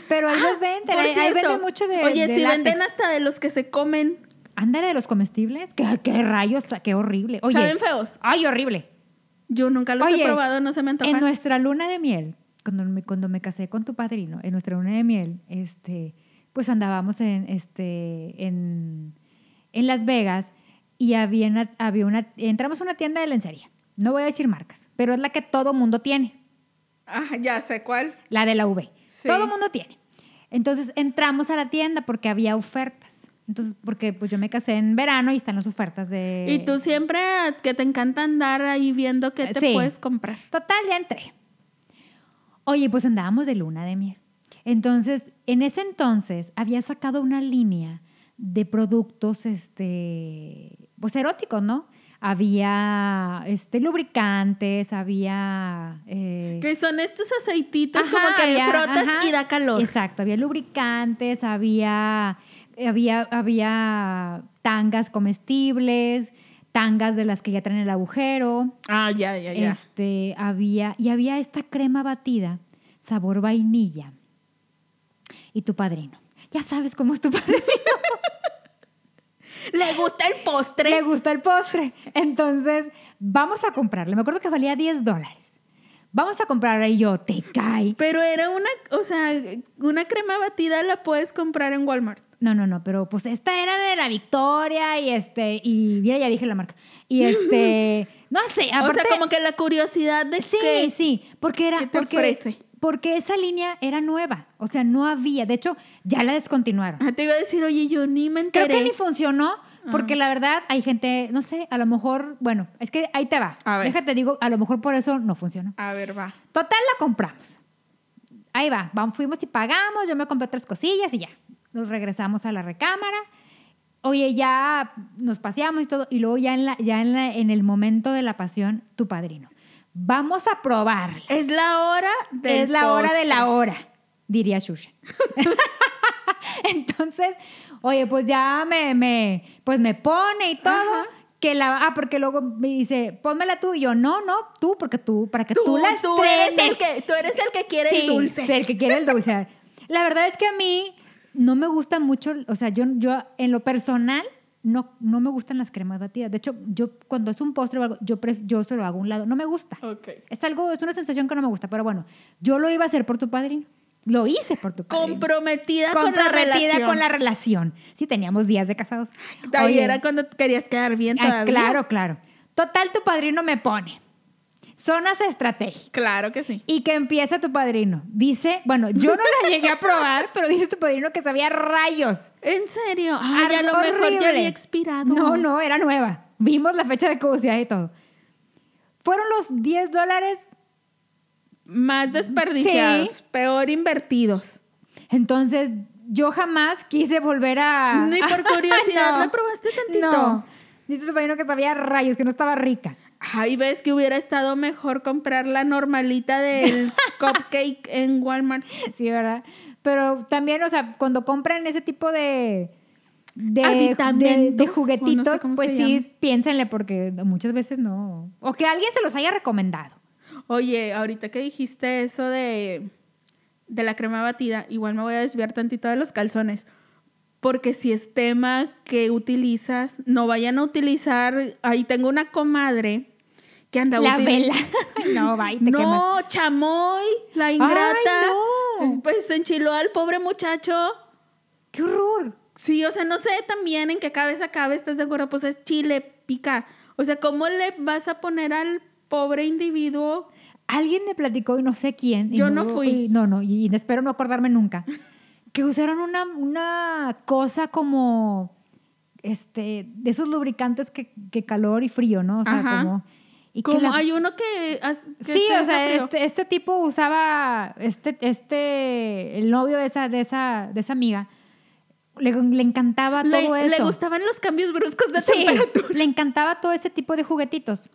Speaker 2: pero ahí los venden.
Speaker 1: Ah, Por
Speaker 2: Ah, ahí, ahí
Speaker 1: cierto,
Speaker 2: venden mucho de.
Speaker 1: Oye,
Speaker 2: de
Speaker 1: si
Speaker 2: látex.
Speaker 1: venden hasta de los que se comen.
Speaker 2: Ándale de los comestibles. ¿Qué, qué rayos, qué horrible. Oye,
Speaker 1: ¿Saben feos?
Speaker 2: Ay, horrible.
Speaker 1: Yo nunca los
Speaker 2: Oye,
Speaker 1: he probado, no se me antojan.
Speaker 2: En nuestra luna de miel, cuando me, cuando me casé con tu padrino, en nuestra luna de miel, este, pues andábamos en, este, en, en Las Vegas y había una, había una, entramos a una tienda de lencería. No voy a decir marcas, pero es la que todo mundo tiene.
Speaker 1: Ah, ya sé cuál.
Speaker 2: La de la V.
Speaker 1: Sí.
Speaker 2: Todo el mundo tiene. Entonces entramos a la tienda porque había ofertas. Entonces, porque pues yo me casé en verano y están las ofertas de...
Speaker 1: Y tú siempre ah, que te encanta andar ahí viendo qué te
Speaker 2: Sí.
Speaker 1: puedes comprar.
Speaker 2: Total, ya entré. Oye, pues andábamos de luna de miel. Entonces, en ese entonces había sacado una línea de productos este, pues eróticos, ¿no? Había este, lubricantes, había... eh,
Speaker 1: Que son estos aceititos
Speaker 2: Ajá,
Speaker 1: como que
Speaker 2: había-
Speaker 1: frotas
Speaker 2: ajá.
Speaker 1: y da calor.
Speaker 2: Exacto, había lubricantes, había, había, había tangas comestibles, tangas de las que ya traen el agujero,
Speaker 1: Ah, ya, ya, ya.
Speaker 2: este, había, y había esta crema batida, sabor vainilla. Y tu padrino. Ya sabes cómo es tu padrino.
Speaker 1: Le gusta el postre.
Speaker 2: Le gustó el postre. Entonces, vamos a comprarle. Me acuerdo que valía 10 dólares. Vamos a comprarle y yo, te cae.
Speaker 1: Pero era una, o sea, una crema batida la puedes comprar en Walmart.
Speaker 2: No, no, no, pero pues esta era de la Victoria y este, y mira, ya dije la marca. Y este, no sé, aparte,
Speaker 1: o sea, como que la curiosidad de
Speaker 2: sí,
Speaker 1: que
Speaker 2: sí, porque era,
Speaker 1: ¿Qué te
Speaker 2: porque,
Speaker 1: ofrece?
Speaker 2: porque esa línea era nueva, o sea, no había, de hecho, ya la descontinuaron.
Speaker 1: Ah, te iba a decir, oye, yo ni me
Speaker 2: Creo
Speaker 1: enteré.
Speaker 2: que ni funcionó, porque
Speaker 1: Ah.
Speaker 2: la verdad hay gente, no sé, a lo mejor, bueno, es que ahí te va.
Speaker 1: A ver.
Speaker 2: Déjate, digo, a lo mejor por eso no funcionó.
Speaker 1: A ver, va.
Speaker 2: Total, la compramos. Ahí va, vamos, fuimos y pagamos, yo me compré otras cosillas y ya. Nos regresamos a la recámara. Oye, ya nos paseamos y todo. Y luego ya en, la, ya en, la- en el momento de la pasión, tu padrino. Vamos a probar.
Speaker 1: Es la hora de
Speaker 2: Es la hora de la hora, diría Shusha. Entonces, oye, pues ya me, me, pues me pone y todo.
Speaker 1: Ajá.
Speaker 2: Que la, ah, porque luego me dice, pónmela tú. Y yo, no, no, tú, porque tú, para que tú,
Speaker 1: Tú, tú,
Speaker 2: las
Speaker 1: eres
Speaker 2: trenes".
Speaker 1: el que, tú eres el que quiere
Speaker 2: Sí,
Speaker 1: el dulce.
Speaker 2: El que quiere el dulce. La verdad es que a mí no me gusta mucho, o sea, yo, yo en lo personal no, no me gustan las cremas batidas. De hecho, yo cuando es un postre o algo, yo, pref- yo se lo hago a un lado. No me gusta.
Speaker 1: Ok.
Speaker 2: Es algo, es una sensación que no me gusta, pero bueno, yo lo iba a hacer por tu padrino. Lo hice por tu padrino.
Speaker 1: Comprometida,
Speaker 2: Comprometida
Speaker 1: con la relación.
Speaker 2: con la relación. Sí, teníamos días de casados.
Speaker 1: Ahí
Speaker 2: Oye,
Speaker 1: era cuando querías quedar bien
Speaker 2: ah,
Speaker 1: todavía.
Speaker 2: claro, claro. Total, tu padrino me pone. Zonas estratégicas.
Speaker 1: Claro que sí.
Speaker 2: Y que empieza tu padrino. Dice, bueno, yo no la llegué a probar, pero dice tu padrino que sabía rayos.
Speaker 1: En serio. Ay, a lo
Speaker 2: Horrible.
Speaker 1: mejor ya había expirado.
Speaker 2: No, no, era nueva. Vimos la fecha de caducidad y todo. Fueron los 10 dólares.
Speaker 1: Más desperdiciados,
Speaker 2: Sí.
Speaker 1: peor invertidos.
Speaker 2: Entonces, yo jamás quise volver a.
Speaker 1: Ni por curiosidad,
Speaker 2: No.
Speaker 1: ¿la probaste tantito?
Speaker 2: No. Dice tu padrino que sabía rayos, que no estaba rica.
Speaker 1: Ay, ves que hubiera estado mejor comprar la normalita del cupcake en Walmart.
Speaker 2: Sí, ¿verdad? Pero también, o sea, cuando compran ese tipo de. De, de,
Speaker 1: Aditamentos,
Speaker 2: de
Speaker 1: o no
Speaker 2: juguetitos,
Speaker 1: sé cómo
Speaker 2: pues
Speaker 1: se
Speaker 2: sí,
Speaker 1: llama.
Speaker 2: piénsenle, porque muchas veces no. O que alguien se los haya recomendado.
Speaker 1: Oye, ahorita que dijiste eso de, de la crema batida, igual me voy a desviar tantito de los calzones. Porque si es tema que utilizas, no vayan a utilizar. Ahí tengo una comadre que anda
Speaker 2: La
Speaker 1: util-
Speaker 2: vela. Ay, no, va, y te quemas.
Speaker 1: No, chamoy, la ingrata.
Speaker 2: Ay, no.
Speaker 1: Pues se enchiló al pobre muchacho.
Speaker 2: ¡Qué horror!
Speaker 1: Sí, o sea, no sé también en qué cabeza cabe, ¿estás de acuerdo? Pues es chile, pica. O sea, ¿cómo le vas a poner al pobre individuo?
Speaker 2: Alguien me platicó y no sé quién. y
Speaker 1: Yo no fui.
Speaker 2: y no, no, y, y espero no acordarme nunca. Que usaron una, una cosa como. Este, de esos lubricantes que, que calor y frío, ¿no? O sea,
Speaker 1: Ajá.
Speaker 2: como. Y que
Speaker 1: Como
Speaker 2: la-
Speaker 1: hay uno que... as- que
Speaker 2: Sí,
Speaker 1: te
Speaker 2: o
Speaker 1: deja
Speaker 2: sea,
Speaker 1: frío.
Speaker 2: este, este tipo usaba, este, este, el novio de esa, de esa, de esa amiga, le, le encantaba todo
Speaker 1: Le,
Speaker 2: eso.
Speaker 1: le gustaban los cambios bruscos de
Speaker 2: Sí,
Speaker 1: temperatura.
Speaker 2: le encantaba todo ese tipo de juguetitos.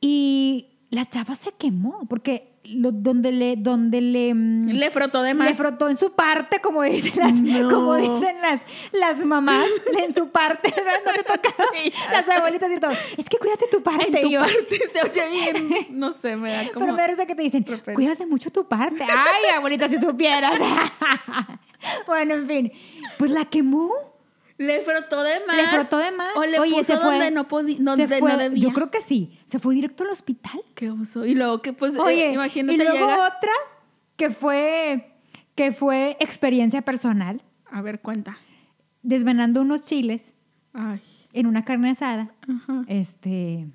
Speaker 2: Y la chava se quemó porque lo- donde le donde le mm,
Speaker 1: Le frotó de más.
Speaker 2: le frotó en su parte como dicen las
Speaker 1: No.
Speaker 2: como dicen las las mamás en su parte ¿verdad? no te toca
Speaker 1: Sí.
Speaker 2: las abuelitas y todo es que cuídate tu parte
Speaker 1: en tu
Speaker 2: Y yo,
Speaker 1: parte se oye bien. No sé, me da como.
Speaker 2: pero me da risa que te dicen,
Speaker 1: repente.
Speaker 2: cuídate mucho tu parte. Ay, abuelita, si supieras. bueno, en fin. Pues la quemó.
Speaker 1: Le frotó de más.
Speaker 2: Le frotó de más.
Speaker 1: O le
Speaker 2: Oye,
Speaker 1: puso
Speaker 2: se fue.
Speaker 1: donde no podía. Donde
Speaker 2: se fue.
Speaker 1: no debía.
Speaker 2: Yo creo que sí. Se fue directo al hospital.
Speaker 1: Qué oso. Y luego que, pues, eh,
Speaker 2: Oye,
Speaker 1: imagínate,
Speaker 2: y luego
Speaker 1: llegas.
Speaker 2: otra que fue, que fue experiencia personal,
Speaker 1: A ver, cuenta.
Speaker 2: desvenando unos chiles
Speaker 1: Ay.
Speaker 2: en una carne asada.
Speaker 1: Ajá.
Speaker 2: Este.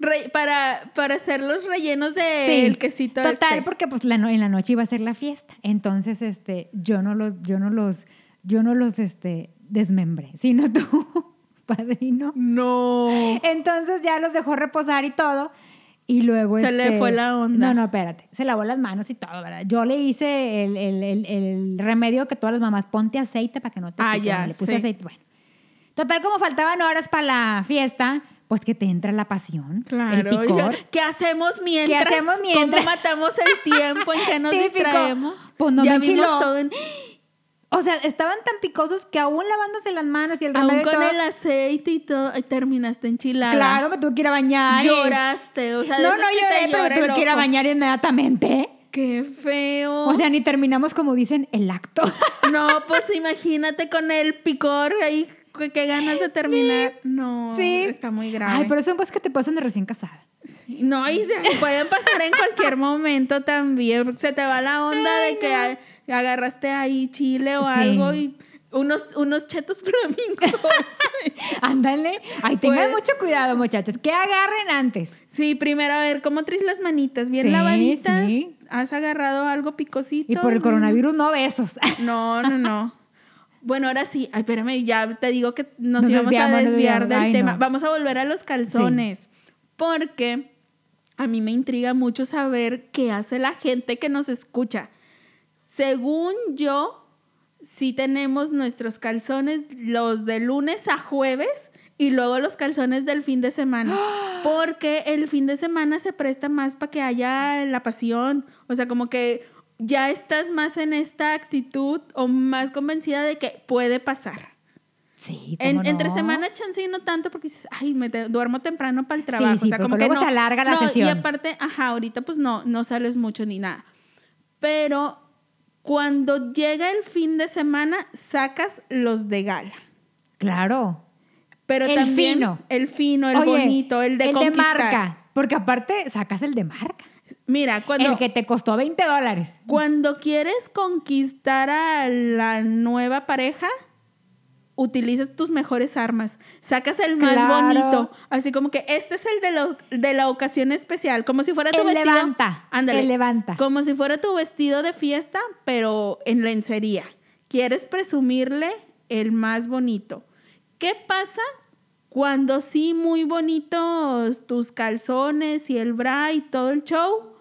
Speaker 1: Re- para, para hacer los rellenos de el quesito
Speaker 2: Total,
Speaker 1: este.
Speaker 2: porque pues la no- en la noche iba a ser la fiesta. Entonces, este, yo no los, yo no los, yo no los este, desmembré, sino tú, padrino.
Speaker 1: No.
Speaker 2: Entonces ya los dejó reposar y todo. Y luego.
Speaker 1: Se le
Speaker 2: este,
Speaker 1: fue la onda.
Speaker 2: No, no, espérate. Se lavó las manos y todo, ¿verdad? Yo le hice el, el- el- el remedio que todas las mamás, ponte aceite para que no te
Speaker 1: Ah,
Speaker 2: pique".
Speaker 1: ya,
Speaker 2: Le puse
Speaker 1: sí.
Speaker 2: aceite. Bueno. Total, como faltaban horas para la fiesta, pues que te entra la pasión.
Speaker 1: Claro.
Speaker 2: El picor.
Speaker 1: oiga, ¿Qué hacemos mientras?
Speaker 2: hacemos mientras?
Speaker 1: ¿Cómo matamos el tiempo? ¿En qué nos
Speaker 2: Típico.
Speaker 1: distraemos?
Speaker 2: Pues no
Speaker 1: ya
Speaker 2: me
Speaker 1: vimos
Speaker 2: enchiló. Pues
Speaker 1: todo en-
Speaker 2: O sea, estaban tan picosos que aún lavándose las manos y el
Speaker 1: Aún
Speaker 2: remedio y
Speaker 1: con
Speaker 2: todo,
Speaker 1: el aceite y todo, ay, terminaste enchilada.
Speaker 2: Claro, me tuve que ir a bañar. y-
Speaker 1: Lloraste, o sea, de
Speaker 2: no,
Speaker 1: esas
Speaker 2: no
Speaker 1: que te
Speaker 2: lloré, pero
Speaker 1: llora el
Speaker 2: me tuve que ir a
Speaker 1: ojo.
Speaker 2: bañar inmediatamente.
Speaker 1: Qué feo.
Speaker 2: O sea, ni terminamos como dicen el acto.
Speaker 1: no, pues imagínate con el picor ahí, qué qué ganas de terminar. No,
Speaker 2: sí.
Speaker 1: está muy grave.
Speaker 2: Ay, pero son cosas que te pasan de recién casada.
Speaker 1: Sí, No, y de- pueden pasar en cualquier momento también. porque Se te va la onda de que a- agarraste ahí chile o
Speaker 2: Sí.
Speaker 1: algo y unos, unos chetos flamingos.
Speaker 2: Ándale. Ay, tengan
Speaker 1: Pues-
Speaker 2: mucho cuidado, muchachos. Que agarren antes.
Speaker 1: sí, primero a ver, ¿cómo tris las manitas? Bien
Speaker 2: Sí,
Speaker 1: lavaditas.
Speaker 2: sí.
Speaker 1: ¿Has agarrado algo picosito?
Speaker 2: Y por el coronavirus, no besos.
Speaker 1: No, no, no. Bueno, ahora sí. Ay, espérame, ya te digo que nos,
Speaker 2: Nos
Speaker 1: íbamos a
Speaker 2: desviamos, nos
Speaker 1: desviar
Speaker 2: desviamos.
Speaker 1: del
Speaker 2: Ay,
Speaker 1: tema.
Speaker 2: no.
Speaker 1: Vamos a volver a los calzones. Porque a mí me intriga mucho saber qué hace la gente que nos escucha. Según yo, sí tenemos nuestros calzones los de lunes a jueves y luego los calzones del fin de semana. Porque el fin de semana se presta más para que haya la pasión. O sea, como que ya estás más en esta actitud o más convencida de que puede pasar.
Speaker 2: Sí,
Speaker 1: En-
Speaker 2: cómo no.
Speaker 1: Entre semana chance y no tanto porque dices, ay, me te- duermo temprano para el trabajo.
Speaker 2: sí,
Speaker 1: o sea,
Speaker 2: porque
Speaker 1: como que
Speaker 2: luego
Speaker 1: no.
Speaker 2: se alarga la
Speaker 1: No, Y
Speaker 2: sesión.
Speaker 1: aparte, ajá, ahorita pues no, no sales mucho ni nada. Pero cuando llega el fin de semana, sacas los de gala.
Speaker 2: Claro.
Speaker 1: Pero
Speaker 2: El
Speaker 1: también
Speaker 2: fino.
Speaker 1: el fino, el
Speaker 2: Oye,
Speaker 1: bonito, el de
Speaker 2: El de
Speaker 1: conquistar.
Speaker 2: marca. Porque aparte sacas el de marca.
Speaker 1: Mira, cuando
Speaker 2: El que te costó 20 dólares.
Speaker 1: Cuando quieres conquistar a la nueva pareja, utilizas tus mejores armas. Sacas el más
Speaker 2: Claro.
Speaker 1: bonito. Así como que este es el de, lo- de la ocasión especial. Como si fuera tu
Speaker 2: El
Speaker 1: vestido.
Speaker 2: levanta,
Speaker 1: Ándale.
Speaker 2: el levanta.
Speaker 1: Como si fuera tu vestido de fiesta, pero en lencería. Quieres presumirle el más bonito. ¿Qué pasa cuando sí muy bonitos tus calzones y el bra y todo el show,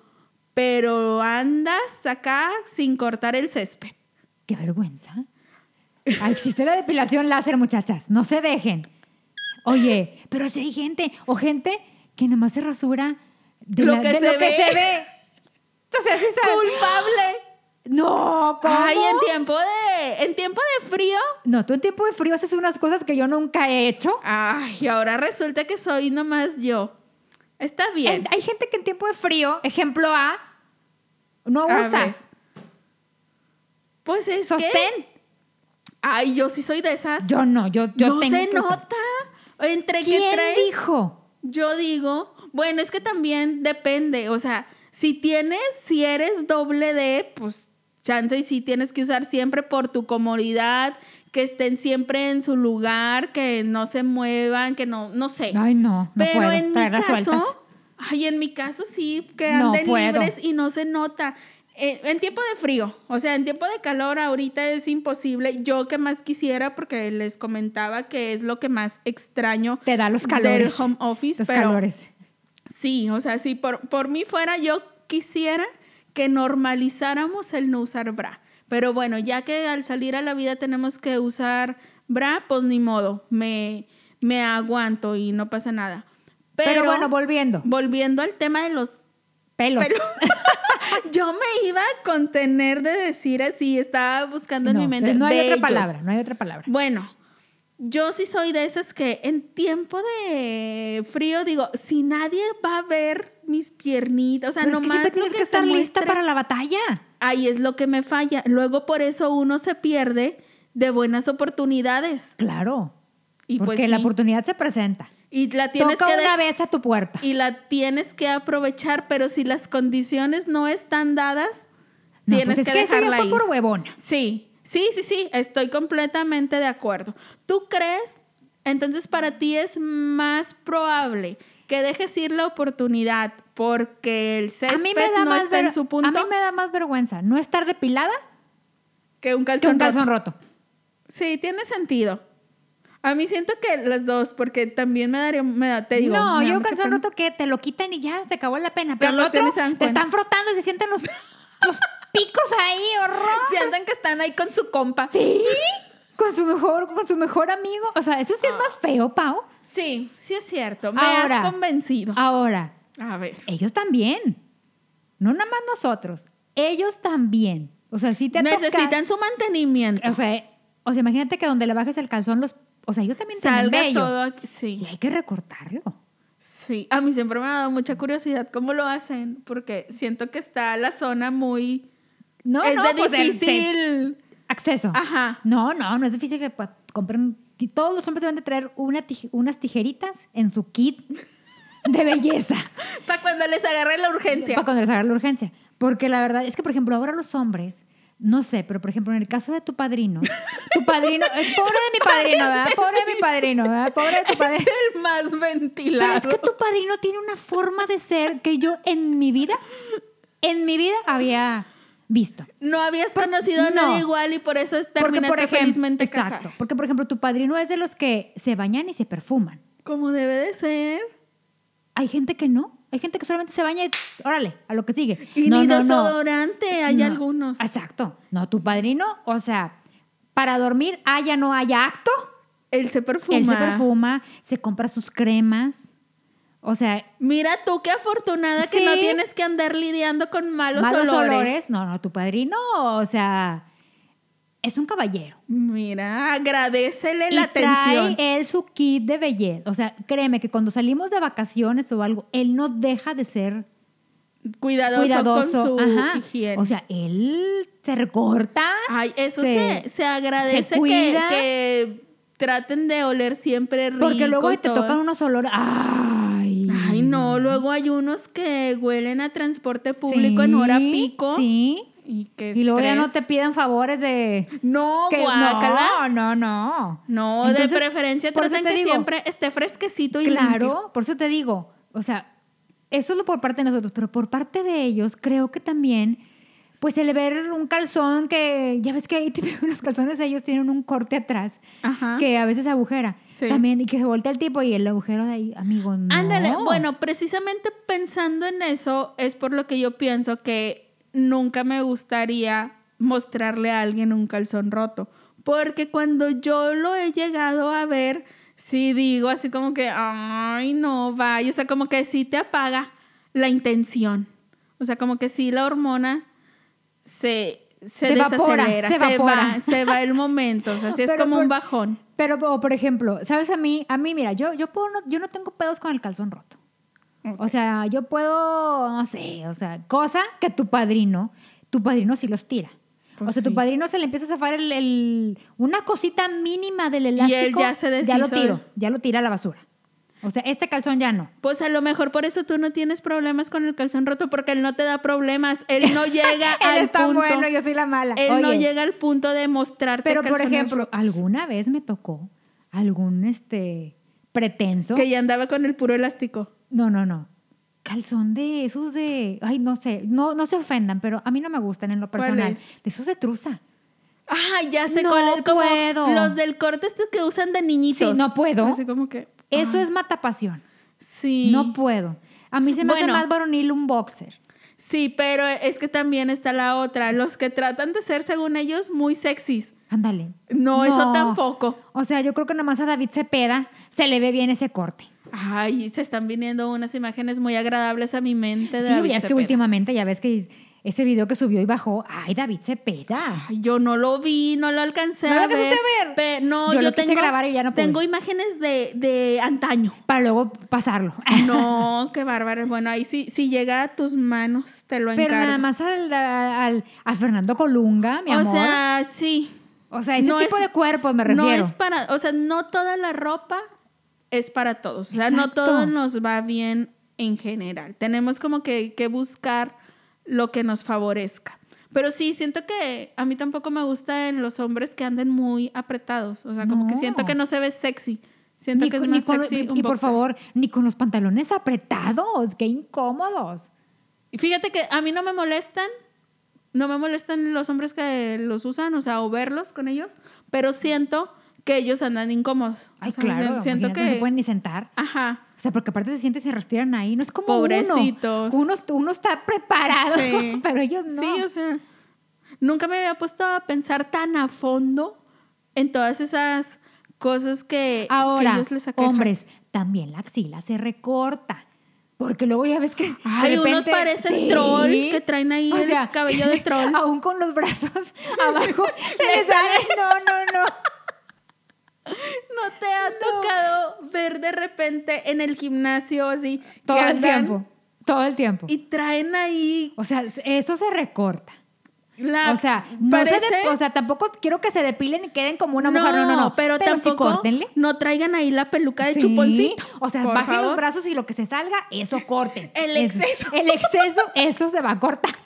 Speaker 1: pero andas acá sin cortar el césped?
Speaker 2: Qué vergüenza. Ah, existe la depilación láser, muchachas. No se dejen. Oye, pero si hay gente, o gente que nada más se rasura de
Speaker 1: Lo
Speaker 2: la-
Speaker 1: que
Speaker 2: de
Speaker 1: se
Speaker 2: lo que
Speaker 1: ve.
Speaker 2: se ve. Entonces, ¿sí sabes?
Speaker 1: ¡Culpable!
Speaker 2: No, ¿cómo?
Speaker 1: Ay, en tiempo de en tiempo de frío.
Speaker 2: No, tú en tiempo de frío haces unas cosas que yo nunca he hecho.
Speaker 1: Ah, Ay, ahora resulta que soy nomás yo. Está bien.
Speaker 2: En- hay gente que en tiempo de frío, ejemplo A, no
Speaker 1: A
Speaker 2: usas
Speaker 1: Pues es
Speaker 2: sostén.
Speaker 1: que Ay, yo sí soy de esas.
Speaker 2: Yo no, yo, yo
Speaker 1: no
Speaker 2: tengo
Speaker 1: se
Speaker 2: que usar.
Speaker 1: nota entre que
Speaker 2: ¿Quién
Speaker 1: traes
Speaker 2: dijo?
Speaker 1: Yo digo, bueno, es que también depende, o sea, si tienes, si eres doble D, pues chance y sí tienes que usar siempre por tu comodidad, que estén siempre en su lugar, que no se muevan, que no, no sé.
Speaker 2: Ay, no, no
Speaker 1: Pero
Speaker 2: puedo.
Speaker 1: en mi
Speaker 2: traerlas
Speaker 1: caso,
Speaker 2: sueltas.
Speaker 1: ay, en mi caso sí, que
Speaker 2: No
Speaker 1: anden
Speaker 2: puedo.
Speaker 1: libres y no se nota. Eh, en tiempo de frío, o sea, en tiempo de calor ahorita es imposible. Yo que más quisiera, porque les comentaba que es lo que más extraño
Speaker 2: Te da los calores.
Speaker 1: del home office,
Speaker 2: Los
Speaker 1: pero
Speaker 2: calores.
Speaker 1: sí, o sea, si por, por mí fuera, yo quisiera que normalizáramos el no usar bra. Pero bueno, ya que al salir a la vida tenemos que usar bra, pues ni modo, me, me aguanto y no pasa nada.
Speaker 2: Pero, bueno, volviendo.
Speaker 1: Volviendo al tema de los
Speaker 2: pelos.
Speaker 1: Pero yo me iba a contener de decir así, estaba buscando en
Speaker 2: no,
Speaker 1: mi mente.
Speaker 2: no hay
Speaker 1: de
Speaker 2: otra
Speaker 1: ellos.
Speaker 2: palabra, no hay otra palabra.
Speaker 1: Bueno, yo sí soy de esas que en tiempo de frío digo, si nadie va a ver mis piernitas, o sea,
Speaker 2: Pero es que
Speaker 1: nomás
Speaker 2: siempre
Speaker 1: lo
Speaker 2: tienes que
Speaker 1: se
Speaker 2: estar lista
Speaker 1: muestre,
Speaker 2: para la batalla.
Speaker 1: ahí es lo que me falla. Luego por eso uno se pierde de buenas oportunidades.
Speaker 2: Claro.
Speaker 1: Y
Speaker 2: porque
Speaker 1: pues
Speaker 2: la
Speaker 1: sí.
Speaker 2: oportunidad se presenta.
Speaker 1: Y la tienes
Speaker 2: Toca
Speaker 1: que
Speaker 2: una
Speaker 1: de-
Speaker 2: vez a tu puerta.
Speaker 1: y la tienes que aprovechar, pero si las condiciones no están dadas,
Speaker 2: No,
Speaker 1: tienes
Speaker 2: pues es
Speaker 1: que,
Speaker 2: que eso ya
Speaker 1: dejarla
Speaker 2: fue
Speaker 1: ir.
Speaker 2: por huevona.
Speaker 1: Sí, sí, sí, sí, estoy completamente de acuerdo. ¿Tú crees? Entonces para ti es más probable que dejes ir la oportunidad porque el césped
Speaker 2: A mí me da
Speaker 1: no
Speaker 2: más
Speaker 1: está en
Speaker 2: ver-
Speaker 1: su punto
Speaker 2: A mí me da más vergüenza no estar depilada
Speaker 1: que un
Speaker 2: que
Speaker 1: calzón,
Speaker 2: un calzón
Speaker 1: roto.
Speaker 2: roto.
Speaker 1: Sí, tiene sentido. A mí siento que las dos, porque también me daría, me da- te digo.
Speaker 2: no,
Speaker 1: me da
Speaker 2: yo un
Speaker 1: mucha
Speaker 2: calzón
Speaker 1: pena.
Speaker 2: roto que te lo quitan y ya se acabó la pena. Pero el
Speaker 1: Carlos, que
Speaker 2: otro
Speaker 1: ni se dan
Speaker 2: te
Speaker 1: cuenta.
Speaker 2: están frotando y se sienten los, los picos ahí, horror.
Speaker 1: Si andan que están ahí con su compa.
Speaker 2: Sí, con su mejor, con su mejor amigo. O sea, eso sí es
Speaker 1: Ah.
Speaker 2: más feo, Pau.
Speaker 1: Sí, sí es cierto. Me
Speaker 2: Ahora.
Speaker 1: has convencido.
Speaker 2: Ahora,
Speaker 1: A ver.
Speaker 2: ellos también. No nada más nosotros. Ellos también. O sea, sí te toca-
Speaker 1: Necesitan su mantenimiento.
Speaker 2: O sea, o sea, imagínate que donde le bajes el calzón, los. O sea, ellos también tienen
Speaker 1: Salga
Speaker 2: vello.
Speaker 1: todo aquí.
Speaker 2: Y
Speaker 1: Sí,
Speaker 2: hay que recortarlo.
Speaker 1: sí. A mí siempre me ha dado mucha curiosidad cómo lo hacen, porque siento que está la zona muy...
Speaker 2: No,
Speaker 1: es
Speaker 2: no,
Speaker 1: de
Speaker 2: pues, el-
Speaker 1: difícil...
Speaker 2: Acceso.
Speaker 1: Ajá.
Speaker 2: No, no, no es difícil que pues, compren. ti- Todos los hombres deben de traer una tij- unas tijeritas en su kit de belleza
Speaker 1: Para cuando les agarre la urgencia.
Speaker 2: para cuando les agarre la urgencia. Porque la verdad es que, por ejemplo, ahora los hombres, no sé, pero por ejemplo, en el caso de tu padrino, tu padrino, eh, pobre de mi padrino, ¿verdad? Pobre de mi padrino, ¿verdad? Pobre de tu padrino.
Speaker 1: El más ventilado.
Speaker 2: Pero es que tu padrino tiene una forma de ser que yo en mi vida, en mi vida había visto.
Speaker 1: No habías conocido a
Speaker 2: no.
Speaker 1: nadie igual y por eso terminaste
Speaker 2: ejem-
Speaker 1: felizmente
Speaker 2: exacto,
Speaker 1: casada.
Speaker 2: porque por ejemplo tu padrino es de los que se bañan y se perfuman.
Speaker 1: Como debe de ser.
Speaker 2: Hay gente que no, hay gente que solamente se baña y órale, a lo que sigue.
Speaker 1: Y
Speaker 2: no,
Speaker 1: ni
Speaker 2: no, no.
Speaker 1: desodorante. Hay
Speaker 2: No.
Speaker 1: algunos.
Speaker 2: Exacto. No, tu padrino, o sea, para dormir haya no haya acto,
Speaker 1: Él se perfuma.
Speaker 2: él se perfuma, se compra sus cremas. O sea,
Speaker 1: Mira tú qué afortunada que no
Speaker 2: Sí.
Speaker 1: tienes que andar lidiando con malos,
Speaker 2: malos
Speaker 1: olores.
Speaker 2: olores. No, no, tu padrino, o sea, es un caballero.
Speaker 1: Mira, agradecele
Speaker 2: y
Speaker 1: la atención.
Speaker 2: trae él su kit de belleza. O sea, créeme que cuando salimos de vacaciones o algo, él no deja de ser
Speaker 1: cuidadoso,
Speaker 2: cuidadoso.
Speaker 1: con su
Speaker 2: Ajá.
Speaker 1: higiene. Ah,
Speaker 2: O sea, él se recorta.
Speaker 1: Ay, eso
Speaker 2: se-
Speaker 1: se, se agradece
Speaker 2: se
Speaker 1: que-
Speaker 2: cuida.
Speaker 1: que, traten de oler siempre rico.
Speaker 2: Porque luego
Speaker 1: y
Speaker 2: te
Speaker 1: todo.
Speaker 2: tocan Mm. unos olores. Ay.
Speaker 1: Ay, no, luego hay unos que huelen a transporte público
Speaker 2: Sí,
Speaker 1: en hora pico.
Speaker 2: Sí.
Speaker 1: Y que
Speaker 2: Y luego ya no te
Speaker 1: estrés.
Speaker 2: piden favores de.
Speaker 1: No,
Speaker 2: que-
Speaker 1: guácala.
Speaker 2: no, no, no.
Speaker 1: No, de
Speaker 2: Entonces,
Speaker 1: preferencia
Speaker 2: por eso
Speaker 1: traten
Speaker 2: te
Speaker 1: que
Speaker 2: digo,
Speaker 1: siempre esté fresquecito y
Speaker 2: Claro,
Speaker 1: limpio.
Speaker 2: por eso te digo, o sea, eso es lo por parte de nosotros, pero por parte de ellos creo que también, pues el ver un calzón que, ya ves que ahí te- los calzones de ellos tienen un corte atrás,
Speaker 1: Ajá.
Speaker 2: que a veces agujera,
Speaker 1: Ah. Sí.
Speaker 2: también, y que se voltea el tipo y el agujero de ahí, amigo, no.
Speaker 1: Ándale, bueno, precisamente pensando en eso es por lo que yo pienso que nunca me gustaría mostrarle a alguien un calzón roto, porque cuando yo lo he llegado a ver, sí digo así como que, ay, no, vaya, o sea, como que sí te apaga la intención, o sea, como que sí la hormona se, se,
Speaker 2: Se evapora,
Speaker 1: desacelera,
Speaker 2: se
Speaker 1: se, va,
Speaker 2: evapora.
Speaker 1: se va el momento, o sea, sí es
Speaker 2: Pero
Speaker 1: como
Speaker 2: por-
Speaker 1: un bajón.
Speaker 2: Pero, o, por ejemplo, ¿sabes a mí? A mí, mira, yo, yo, puedo no- yo no tengo pedos con el calzón roto. O sea, yo puedo, no sé, o sea, cosa que tu padrino, tu padrino sí los tira.
Speaker 1: Pues
Speaker 2: o sea,
Speaker 1: sí.
Speaker 2: tu padrino se le empieza a zafar el, el- una cosita mínima del elástico.
Speaker 1: ya se
Speaker 2: Ya lo
Speaker 1: deshizo
Speaker 2: tiro,
Speaker 1: de-
Speaker 2: ya lo tira a la basura. O sea, este calzón ya no.
Speaker 1: Pues a lo mejor por eso tú no tienes problemas con el calzón roto porque él no te da problemas, él no llega al punto.
Speaker 2: yo soy la mala.
Speaker 1: él no
Speaker 2: Oye,
Speaker 1: llega al punto de mostrarte
Speaker 2: Pero, por
Speaker 1: calzones
Speaker 2: ejemplo,
Speaker 1: rotos.
Speaker 2: alguna vez me tocó algún, este, pretenso.
Speaker 1: que ya andaba con el puro elástico.
Speaker 2: No, no, no. Calzón de esos de. Ay, no sé. No, no se ofendan, pero a mí no me gustan en lo
Speaker 1: ¿Cuál
Speaker 2: personal.
Speaker 1: es?
Speaker 2: De esos de truza.
Speaker 1: Ah, ya sé
Speaker 2: No
Speaker 1: cuál es, como
Speaker 2: puedo.
Speaker 1: los del corte estos que usan de niñitos.
Speaker 2: Sí, no puedo.
Speaker 1: Así como que
Speaker 2: Eso es matapasión.
Speaker 1: Ah. sí.
Speaker 2: No puedo. A mí se me hace
Speaker 1: Bueno.
Speaker 2: más varonil un boxer.
Speaker 1: sí, pero es que también está la otra, los que tratan de ser según ellos muy sexys.
Speaker 2: Ándale.
Speaker 1: No, eso tampoco.
Speaker 2: O sea, yo creo que nomás a David Cepeda se le ve bien ese corte.
Speaker 1: Ay, se están viniendo unas imágenes muy agradables a mi mente. De
Speaker 2: sí,
Speaker 1: David
Speaker 2: ya es que
Speaker 1: Cepeda.
Speaker 2: últimamente ya ves que ese video que subió y bajó, ay, David Cepeda.
Speaker 1: Ay, yo no lo vi, no lo alcancé
Speaker 2: ¿No lo
Speaker 1: a ver.
Speaker 2: alcanzaste a ver?
Speaker 1: Pe- no,
Speaker 2: Yo
Speaker 1: yo,
Speaker 2: lo quise
Speaker 1: tengo,
Speaker 2: grabar y ya no pude.
Speaker 1: tengo imágenes de, de antaño.
Speaker 2: Para luego pasarlo.
Speaker 1: No, qué bárbaro. Bueno, ahí sí, si llega a tus manos, te lo encargo.
Speaker 2: Pero nada más al, al- a Fernando Colunga, mi
Speaker 1: o
Speaker 2: amor.
Speaker 1: sea, sí.
Speaker 2: o sea, ese
Speaker 1: no
Speaker 2: tipo
Speaker 1: es-
Speaker 2: de cuerpos me
Speaker 1: No
Speaker 2: refiero.
Speaker 1: es para, o sea, no toda la ropa es para todos. O sea, no
Speaker 2: Exacto.
Speaker 1: todo nos va bien en general. Tenemos como que, que buscar lo que nos favorezca. Pero sí, siento que a mí tampoco me gusta en los hombres que anden muy apretados. O sea, como que
Speaker 2: No.
Speaker 1: siento que no se ve sexy. Siento
Speaker 2: Ni
Speaker 1: que es
Speaker 2: con- ni
Speaker 1: más
Speaker 2: con-
Speaker 1: sexy.
Speaker 2: y-
Speaker 1: un
Speaker 2: y por
Speaker 1: boxer.
Speaker 2: favor, ni con los pantalones apretados, qué incómodos.
Speaker 1: Y Fíjate que a mí no me molestan, no me molestan los hombres que los usan, o sea, o verlos con ellos, pero siento que ellos andan incómodos.
Speaker 2: Ay,
Speaker 1: O sea,
Speaker 2: claro,
Speaker 1: sien- siento
Speaker 2: imagínate, no se
Speaker 1: que...
Speaker 2: pueden ni sentar.
Speaker 1: Ajá.
Speaker 2: O sea, porque aparte se sienten y se retiran ahí. No es como
Speaker 1: Pobrecitos.
Speaker 2: uno. Uno, uno está preparado,
Speaker 1: Sí.
Speaker 2: pero ellos no.
Speaker 1: Sí, o sea, nunca me había puesto a pensar tan a fondo en todas esas cosas que, que
Speaker 2: Ahora,
Speaker 1: ellos les aquejan.
Speaker 2: hombres, también la axila se recorta. Porque luego ya ves que. de
Speaker 1: Ay, unos
Speaker 2: repente-
Speaker 1: parecen
Speaker 2: Sí.
Speaker 1: troll, que traen ahí el cabello de troll.
Speaker 2: Aún con los brazos abajo. se les sale. No, no, no.
Speaker 1: ¿No te ha tocado ver de repente en el gimnasio así? que
Speaker 2: Todo el
Speaker 1: andan
Speaker 2: tiempo. Todo el tiempo.
Speaker 1: Y traen ahí
Speaker 2: O sea, eso se recorta.
Speaker 1: la...
Speaker 2: o sea, no se de-
Speaker 1: Ah, parece-
Speaker 2: o sea, tampoco quiero que se depilen y queden como una mujer. No, no, no.
Speaker 1: Pero,
Speaker 2: sí
Speaker 1: tampoco
Speaker 2: córtenle.
Speaker 1: no traigan ahí la peluca de
Speaker 2: Sí.
Speaker 1: chuponcito.
Speaker 2: O sea,
Speaker 1: por
Speaker 2: bajen los
Speaker 1: favor.
Speaker 2: brazos y lo que se salga, eso corten.
Speaker 1: El
Speaker 2: Es-
Speaker 1: exceso.
Speaker 2: el exceso, eso se va a cortar.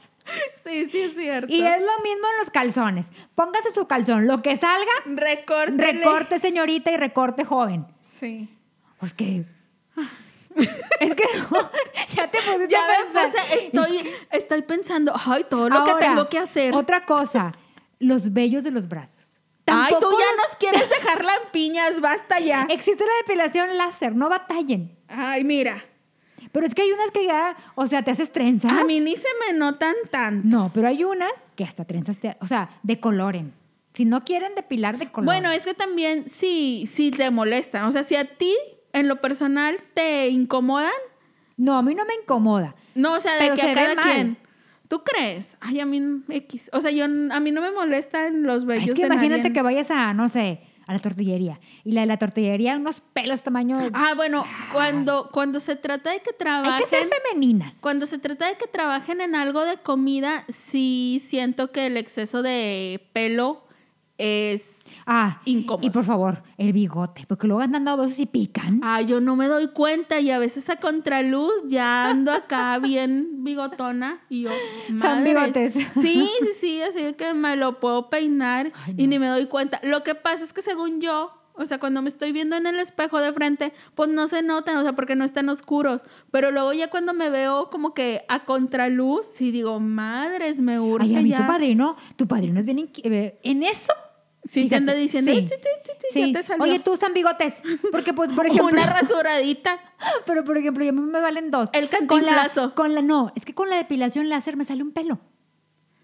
Speaker 1: Sí, sí es cierto.
Speaker 2: Y es lo mismo en los calzones. Póngase su calzón, lo que salga,
Speaker 1: Recórtenle.
Speaker 2: recorte señorita y recorte joven.
Speaker 1: Sí.
Speaker 2: Pues que... es que no, ya te pusiste
Speaker 1: Ah. Ya
Speaker 2: a
Speaker 1: ves,
Speaker 2: pensar.
Speaker 1: o sea, estoy, estoy pensando, ay, todo lo que
Speaker 2: Ahora,
Speaker 1: tengo que hacer.
Speaker 2: Otra cosa, los vellos de los brazos.
Speaker 1: Ay, tú
Speaker 2: Tampoco
Speaker 1: ya
Speaker 2: los-
Speaker 1: nos quieres dejar lampiñas, basta ya.
Speaker 2: Existe la depilación láser, no batallen.
Speaker 1: Ay, mira,
Speaker 2: Pero es que hay unas que ya, o sea, te haces trenzas.
Speaker 1: a mí ni se me notan tanto.
Speaker 2: No, pero hay unas que hasta trenzas, te- o sea, decoloren. Si no quieren depilar, decoloren.
Speaker 1: Bueno, es que también sí, sí te molestan. O sea, si a ti, en lo personal, te incomodan,
Speaker 2: No, a mí no me incomoda.
Speaker 1: No, o sea, de
Speaker 2: Pero
Speaker 1: que
Speaker 2: se
Speaker 1: a
Speaker 2: ve
Speaker 1: cada
Speaker 2: mal.
Speaker 1: quien. ¿Tú crees? Ay, a mí n- X. O sea, yo n- a mí no me molestan los
Speaker 2: Ay,
Speaker 1: vellos
Speaker 2: es que
Speaker 1: de nadie.
Speaker 2: imagínate que vayas a, no sé, a la tortillería. Y la de la tortillería, unos pelos tamaño...
Speaker 1: Ah, bueno, cuando cuando se trata de que
Speaker 2: hay
Speaker 1: trabajen
Speaker 2: que ser femeninas.
Speaker 1: cuando se trata de que trabajen en algo de comida, sí siento que el exceso de pelo es
Speaker 2: Ah,
Speaker 1: incómodo.
Speaker 2: y por favor, el bigote. Porque luego andan dando besos y pican.
Speaker 1: Ah, yo no me doy cuenta y a veces a contraluz ya ando acá bien bigotona y yo.
Speaker 2: Son
Speaker 1: "Madres".
Speaker 2: bigotes.
Speaker 1: Sí, sí, sí, así de que me lo puedo peinar
Speaker 2: Ay,
Speaker 1: y
Speaker 2: no.
Speaker 1: ni me doy cuenta. Lo que pasa es que según yo, o sea, cuando me estoy viendo en el espejo de frente, pues no se notan, o sea, porque no están oscuros. Pero luego ya cuando me veo como que a contraluz, sí digo, madres, me urge
Speaker 2: Ay, a mí
Speaker 1: ya.
Speaker 2: tu padrino, tu padrino es bien... inqui- eh, En eso...
Speaker 1: Sí, te anda
Speaker 2: fíjate,
Speaker 1: diciendo,
Speaker 2: sí,
Speaker 1: "Ay, chi, chi, chi, chi,
Speaker 2: sí.
Speaker 1: ya te salió".
Speaker 2: Oye, tú usan bigotes. Porque, pues, por ejemplo...
Speaker 1: Una rasuradita.
Speaker 2: Pero, por ejemplo, ya me valen dos.
Speaker 1: El
Speaker 2: con la,
Speaker 1: cantinflazo.
Speaker 2: con la No, es que con la depilación láser me sale un pelo.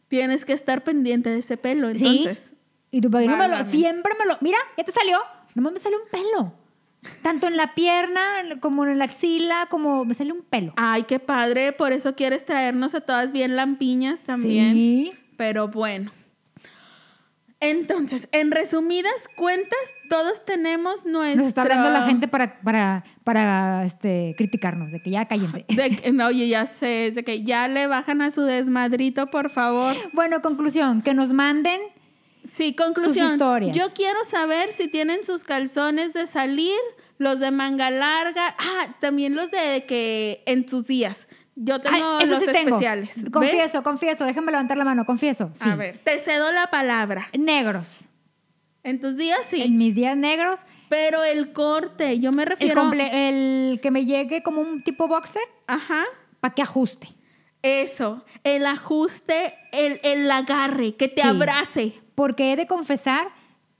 Speaker 1: Tienes que estar pendiente de ese pelo,
Speaker 2: ¿sí?
Speaker 1: entonces.
Speaker 2: Y tu padrino me lo,
Speaker 1: Válgame.
Speaker 2: siempre me lo... Mira, ya te salió. Nomás me sale un pelo. Tanto en la pierna, en- como en la axila, como me sale un pelo.
Speaker 1: Ay, qué padre, por eso quieres traernos a todas bien lampiñas también.
Speaker 2: Sí.
Speaker 1: Pero bueno. Entonces, en resumidas cuentas, todos tenemos nuestra...
Speaker 2: Nos está hablando la gente para, para, para este, criticarnos, de que ya cállense.
Speaker 1: De que- no, oye, ya sé, es de que ya le bajan a su desmadrito, por favor.
Speaker 2: Bueno, conclusión, que nos manden.
Speaker 1: Sí, conclusión.
Speaker 2: Sus historias.
Speaker 1: Yo quiero saber si tienen sus calzones de salir, los de manga larga, ah, también los de que en sus días. Yo tengo
Speaker 2: Ay, eso
Speaker 1: los
Speaker 2: sí tengo.
Speaker 1: especiales. ¿Ves?
Speaker 2: Confieso, confieso, déjame levantar la mano, confieso. Sí.
Speaker 1: A ver, te cedo la palabra.
Speaker 2: Negros.
Speaker 1: En tus días sí,
Speaker 2: En mis días negros,
Speaker 1: pero el corte, yo me
Speaker 2: el,
Speaker 1: refiero.
Speaker 2: comple- el que me llegue como un tipo boxer
Speaker 1: Ajá.
Speaker 2: para que ajuste.
Speaker 1: Eso, el ajuste, el, el agarre, que te
Speaker 2: Sí.
Speaker 1: abrace.
Speaker 2: Porque he de confesar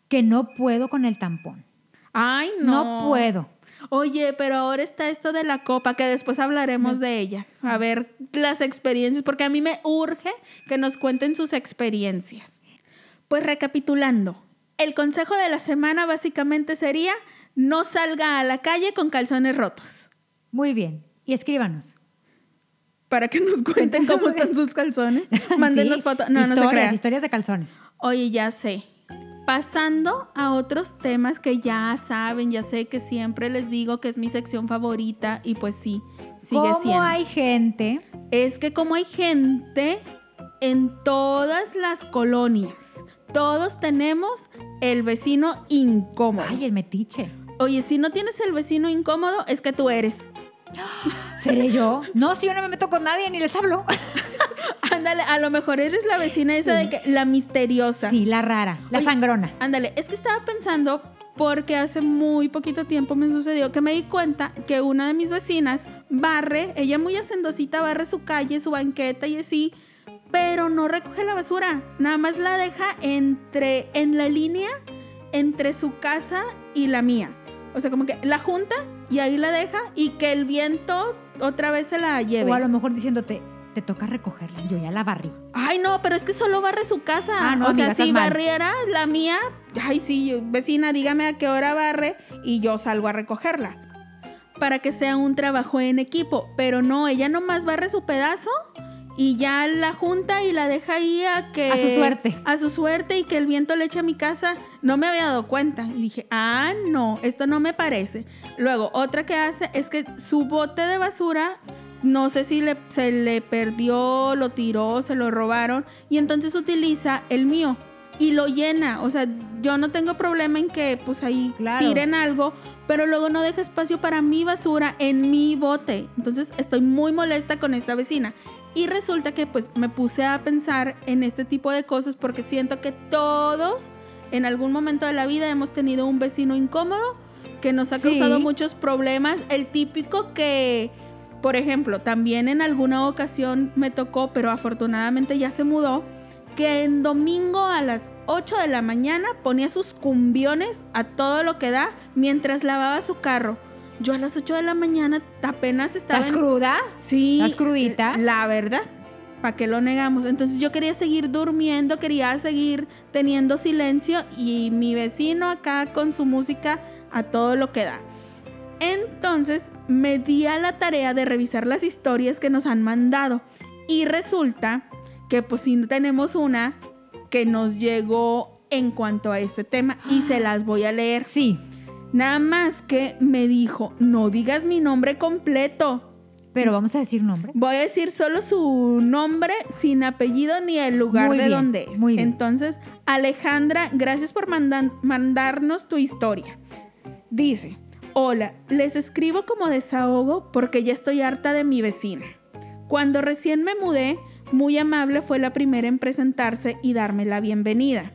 Speaker 2: que no puedo con el tampón.
Speaker 1: Ay, no.
Speaker 2: No, puedo.
Speaker 1: Oye, pero ahora está esto de la copa, que después hablaremos de ella. A ver las experiencias, porque a mí me urge que nos cuenten sus experiencias. Pues recapitulando, el consejo de la semana básicamente sería, no salga a la calle con calzones rotos.
Speaker 2: Muy bien. Y escríbanos.
Speaker 1: Para que nos cuenten cómo están sus calzones. Mándenos
Speaker 2: Sí,
Speaker 1: fotos. No, no se
Speaker 2: historias,
Speaker 1: crean.
Speaker 2: Historias de calzones.
Speaker 1: Oye, ya sé. Pasando a otros temas que ya saben, ya sé que siempre les digo que es mi sección favorita y pues sí, sigue
Speaker 2: ¿Cómo
Speaker 1: siendo.
Speaker 2: hay gente?
Speaker 1: Es que como hay gente en todas las colonias, todos tenemos el vecino incómodo.
Speaker 2: Ay, eh. el metiche.
Speaker 1: Oye, si no tienes el vecino incómodo, es que tú eres.
Speaker 2: ¿Seré yo? No, si yo no me meto con nadie ni les hablo.
Speaker 1: Ándale, a lo mejor eres la vecina esa
Speaker 2: Sí.
Speaker 1: de que la misteriosa.
Speaker 2: Sí, la rara, la
Speaker 1: Oye.
Speaker 2: sangrona.
Speaker 1: Ándale, es que estaba pensando porque hace muy poquito tiempo me sucedió que me di cuenta que una de mis vecinas barre, ella muy hacendosita barre su calle, su banqueta y así, pero no recoge la basura, nada más la deja entre en la línea entre su casa y la mía. O sea, como que la junta y ahí la deja y que el viento otra vez se la lleve.
Speaker 2: O a lo mejor diciéndote, te toca recogerla. Yo ya la barrí.
Speaker 1: Ay, no, pero es que solo barre su casa.
Speaker 2: Ah, no,
Speaker 1: o sea,
Speaker 2: amiga, estás
Speaker 1: si
Speaker 2: mal.
Speaker 1: barriera la mía, ay, sí, yo- vecina, dígame a qué hora barre y yo salgo a recogerla. Para que sea un trabajo en equipo. Pero no, ella nomás barre su pedazo y ya la junta y la deja ahí a que.
Speaker 2: A su suerte.
Speaker 1: A su suerte y que el viento le eche a mi casa. No me había dado cuenta. Y dije, ah, no, esto no me parece. Luego, otra que hace es que su bote de basura no sé si le- se le perdió, lo tiró, se lo robaron. Y entonces utiliza el mío y lo llena. O sea, yo no tengo problema en que pues ahí
Speaker 2: Claro.
Speaker 1: tiren algo, pero luego no deja espacio para mi basura en mi bote. Entonces estoy muy molesta con esta vecina. Y resulta que pues me puse a pensar en este tipo de cosas porque siento que todos en algún momento de la vida hemos tenido un vecino incómodo que nos ha
Speaker 2: Sí.
Speaker 1: causado muchos problemas. El típico que, por ejemplo, también en alguna ocasión me tocó, pero afortunadamente ya se mudó, que en domingo a las 8 de la mañana ponía sus cumbiones a todo lo que da mientras lavaba su carro. Yo a las 8 de la mañana apenas estaba...
Speaker 2: ¿Estás
Speaker 1: en-
Speaker 2: cruda?
Speaker 1: Sí. eh,
Speaker 2: ¿Estás crudita?
Speaker 1: La verdad. ¿Para qué lo negamos? Entonces yo quería seguir durmiendo, quería seguir teniendo silencio y mi vecino acá con su música a todo lo que da. Entonces me di a la tarea de revisar las historias que nos han mandado y resulta que pues sí tenemos una que nos llegó en cuanto a este tema y se las voy a leer.
Speaker 2: Sí,
Speaker 1: Nada más que me dijo, no digas mi nombre completo.
Speaker 2: pero vamos a decir nombre.
Speaker 1: Voy a decir solo su nombre sin apellido ni el lugar
Speaker 2: Muy
Speaker 1: de
Speaker 2: bien,
Speaker 1: donde es.
Speaker 2: muy bien.
Speaker 1: Entonces, Alejandra, gracias por mandan- mandarnos tu historia. Dice, hola, les escribo como desahogo porque ya estoy harta de mi vecina. Cuando recién me mudé, muy amable fue la primera en presentarse y darme la bienvenida.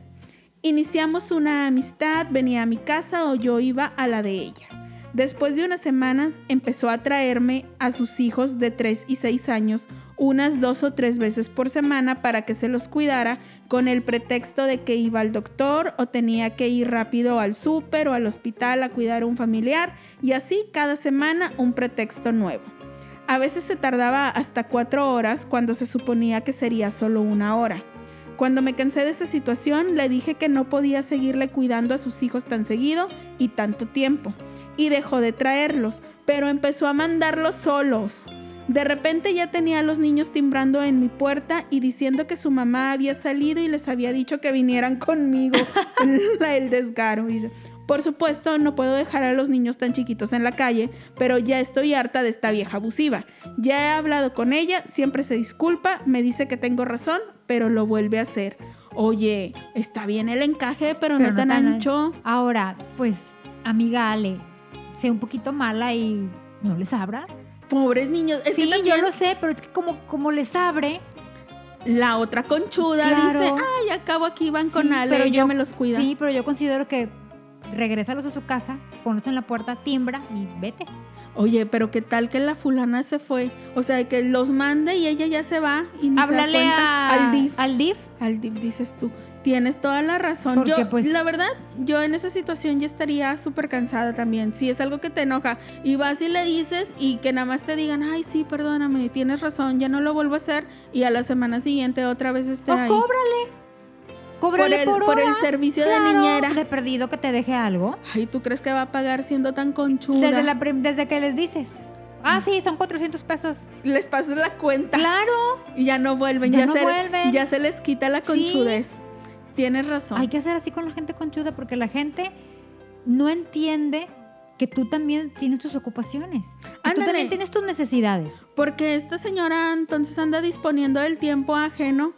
Speaker 1: Iniciamos una amistad, venía a mi casa o yo iba a la de ella. Después de unas semanas empezó a traerme a sus hijos de 3 y 6 años unas dos o tres veces por semana para que se los cuidara con el pretexto de que iba al doctor o tenía que ir rápido al súper o al hospital a cuidar a un familiar y así cada semana un pretexto nuevo. A veces se tardaba hasta cuatro horas cuando se suponía que sería solo una hora. Cuando me cansé de esa situación, le dije que no podía seguirle cuidando a sus hijos tan seguido y tanto tiempo. Y dejó de traerlos, pero empezó a mandarlos solos. De repente ya tenía a los niños timbrando en mi puerta y diciendo que su mamá había salido y les había dicho que vinieran conmigo. La- El desgaro, dice. Por supuesto, no puedo dejar a los niños tan chiquitos en la calle, pero ya estoy harta de esta vieja abusiva. Ya he hablado con ella, siempre se disculpa, me dice que tengo razón, pero lo vuelve a hacer. Oye, está bien el encaje, pero, no,
Speaker 2: Pero
Speaker 1: tan,
Speaker 2: an-
Speaker 1: ancho.
Speaker 2: Ahora, pues, amiga Ale, sé un poquito mala y no les abras.
Speaker 1: Pobres niños. Es
Speaker 2: sí,
Speaker 1: que
Speaker 2: yo
Speaker 1: también
Speaker 2: lo sé, pero es que como, como les abre,
Speaker 1: la otra conchuda
Speaker 2: Claro.
Speaker 1: dice, ay, acabo aquí van
Speaker 2: Sí,
Speaker 1: con Ale,
Speaker 2: pero
Speaker 1: ella
Speaker 2: yo-
Speaker 1: me los cuida.
Speaker 2: sí, pero yo considero que regrésalos a su casa, ponlos en la puerta, timbra y vete.
Speaker 1: Oye, pero qué tal que la fulana se fue. O sea, que los mande y ella ya se va y ni se da
Speaker 2: Háblale
Speaker 1: cuenta.
Speaker 2: a-
Speaker 1: al DIF.
Speaker 2: Al DIF.
Speaker 1: Al DIF, dices tú. Tienes toda la razón.
Speaker 2: Porque,
Speaker 1: yo,
Speaker 2: pues-
Speaker 1: la verdad, yo en esa situación ya estaría súper cansada también. Si es algo que te enoja y vas y le dices y que nada más te digan, ay, sí, perdóname,
Speaker 2: ¡Oh,
Speaker 1: tienes razón, ya no lo vuelvo a hacer. Y a la semana siguiente otra vez esté
Speaker 2: O
Speaker 1: ahí.
Speaker 2: cóbrale. Cóbrale
Speaker 1: el-
Speaker 2: por,
Speaker 1: por el
Speaker 2: hora.
Speaker 1: servicio de
Speaker 2: Claro,
Speaker 1: niñera.
Speaker 2: De perdido que te deje algo.
Speaker 1: Ay, ¿tú crees que va a pagar siendo tan conchuda?
Speaker 2: Desde, la prim- desde que les dices. Ah, sí, son 400 pesos.
Speaker 1: Les pasas la cuenta
Speaker 2: Claro.
Speaker 1: y ya no vuelven.
Speaker 2: Ya
Speaker 1: Ya,
Speaker 2: no
Speaker 1: se,
Speaker 2: vuelven.
Speaker 1: ya se les quita la conchudez. Tienes razón.
Speaker 2: Hay que hacer así con la gente conchuda porque la gente no entiende que tú también tienes tus ocupaciones. que tú
Speaker 1: Ándale.
Speaker 2: también tienes tus necesidades.
Speaker 1: Porque esta señora entonces anda disponiendo del tiempo ajeno.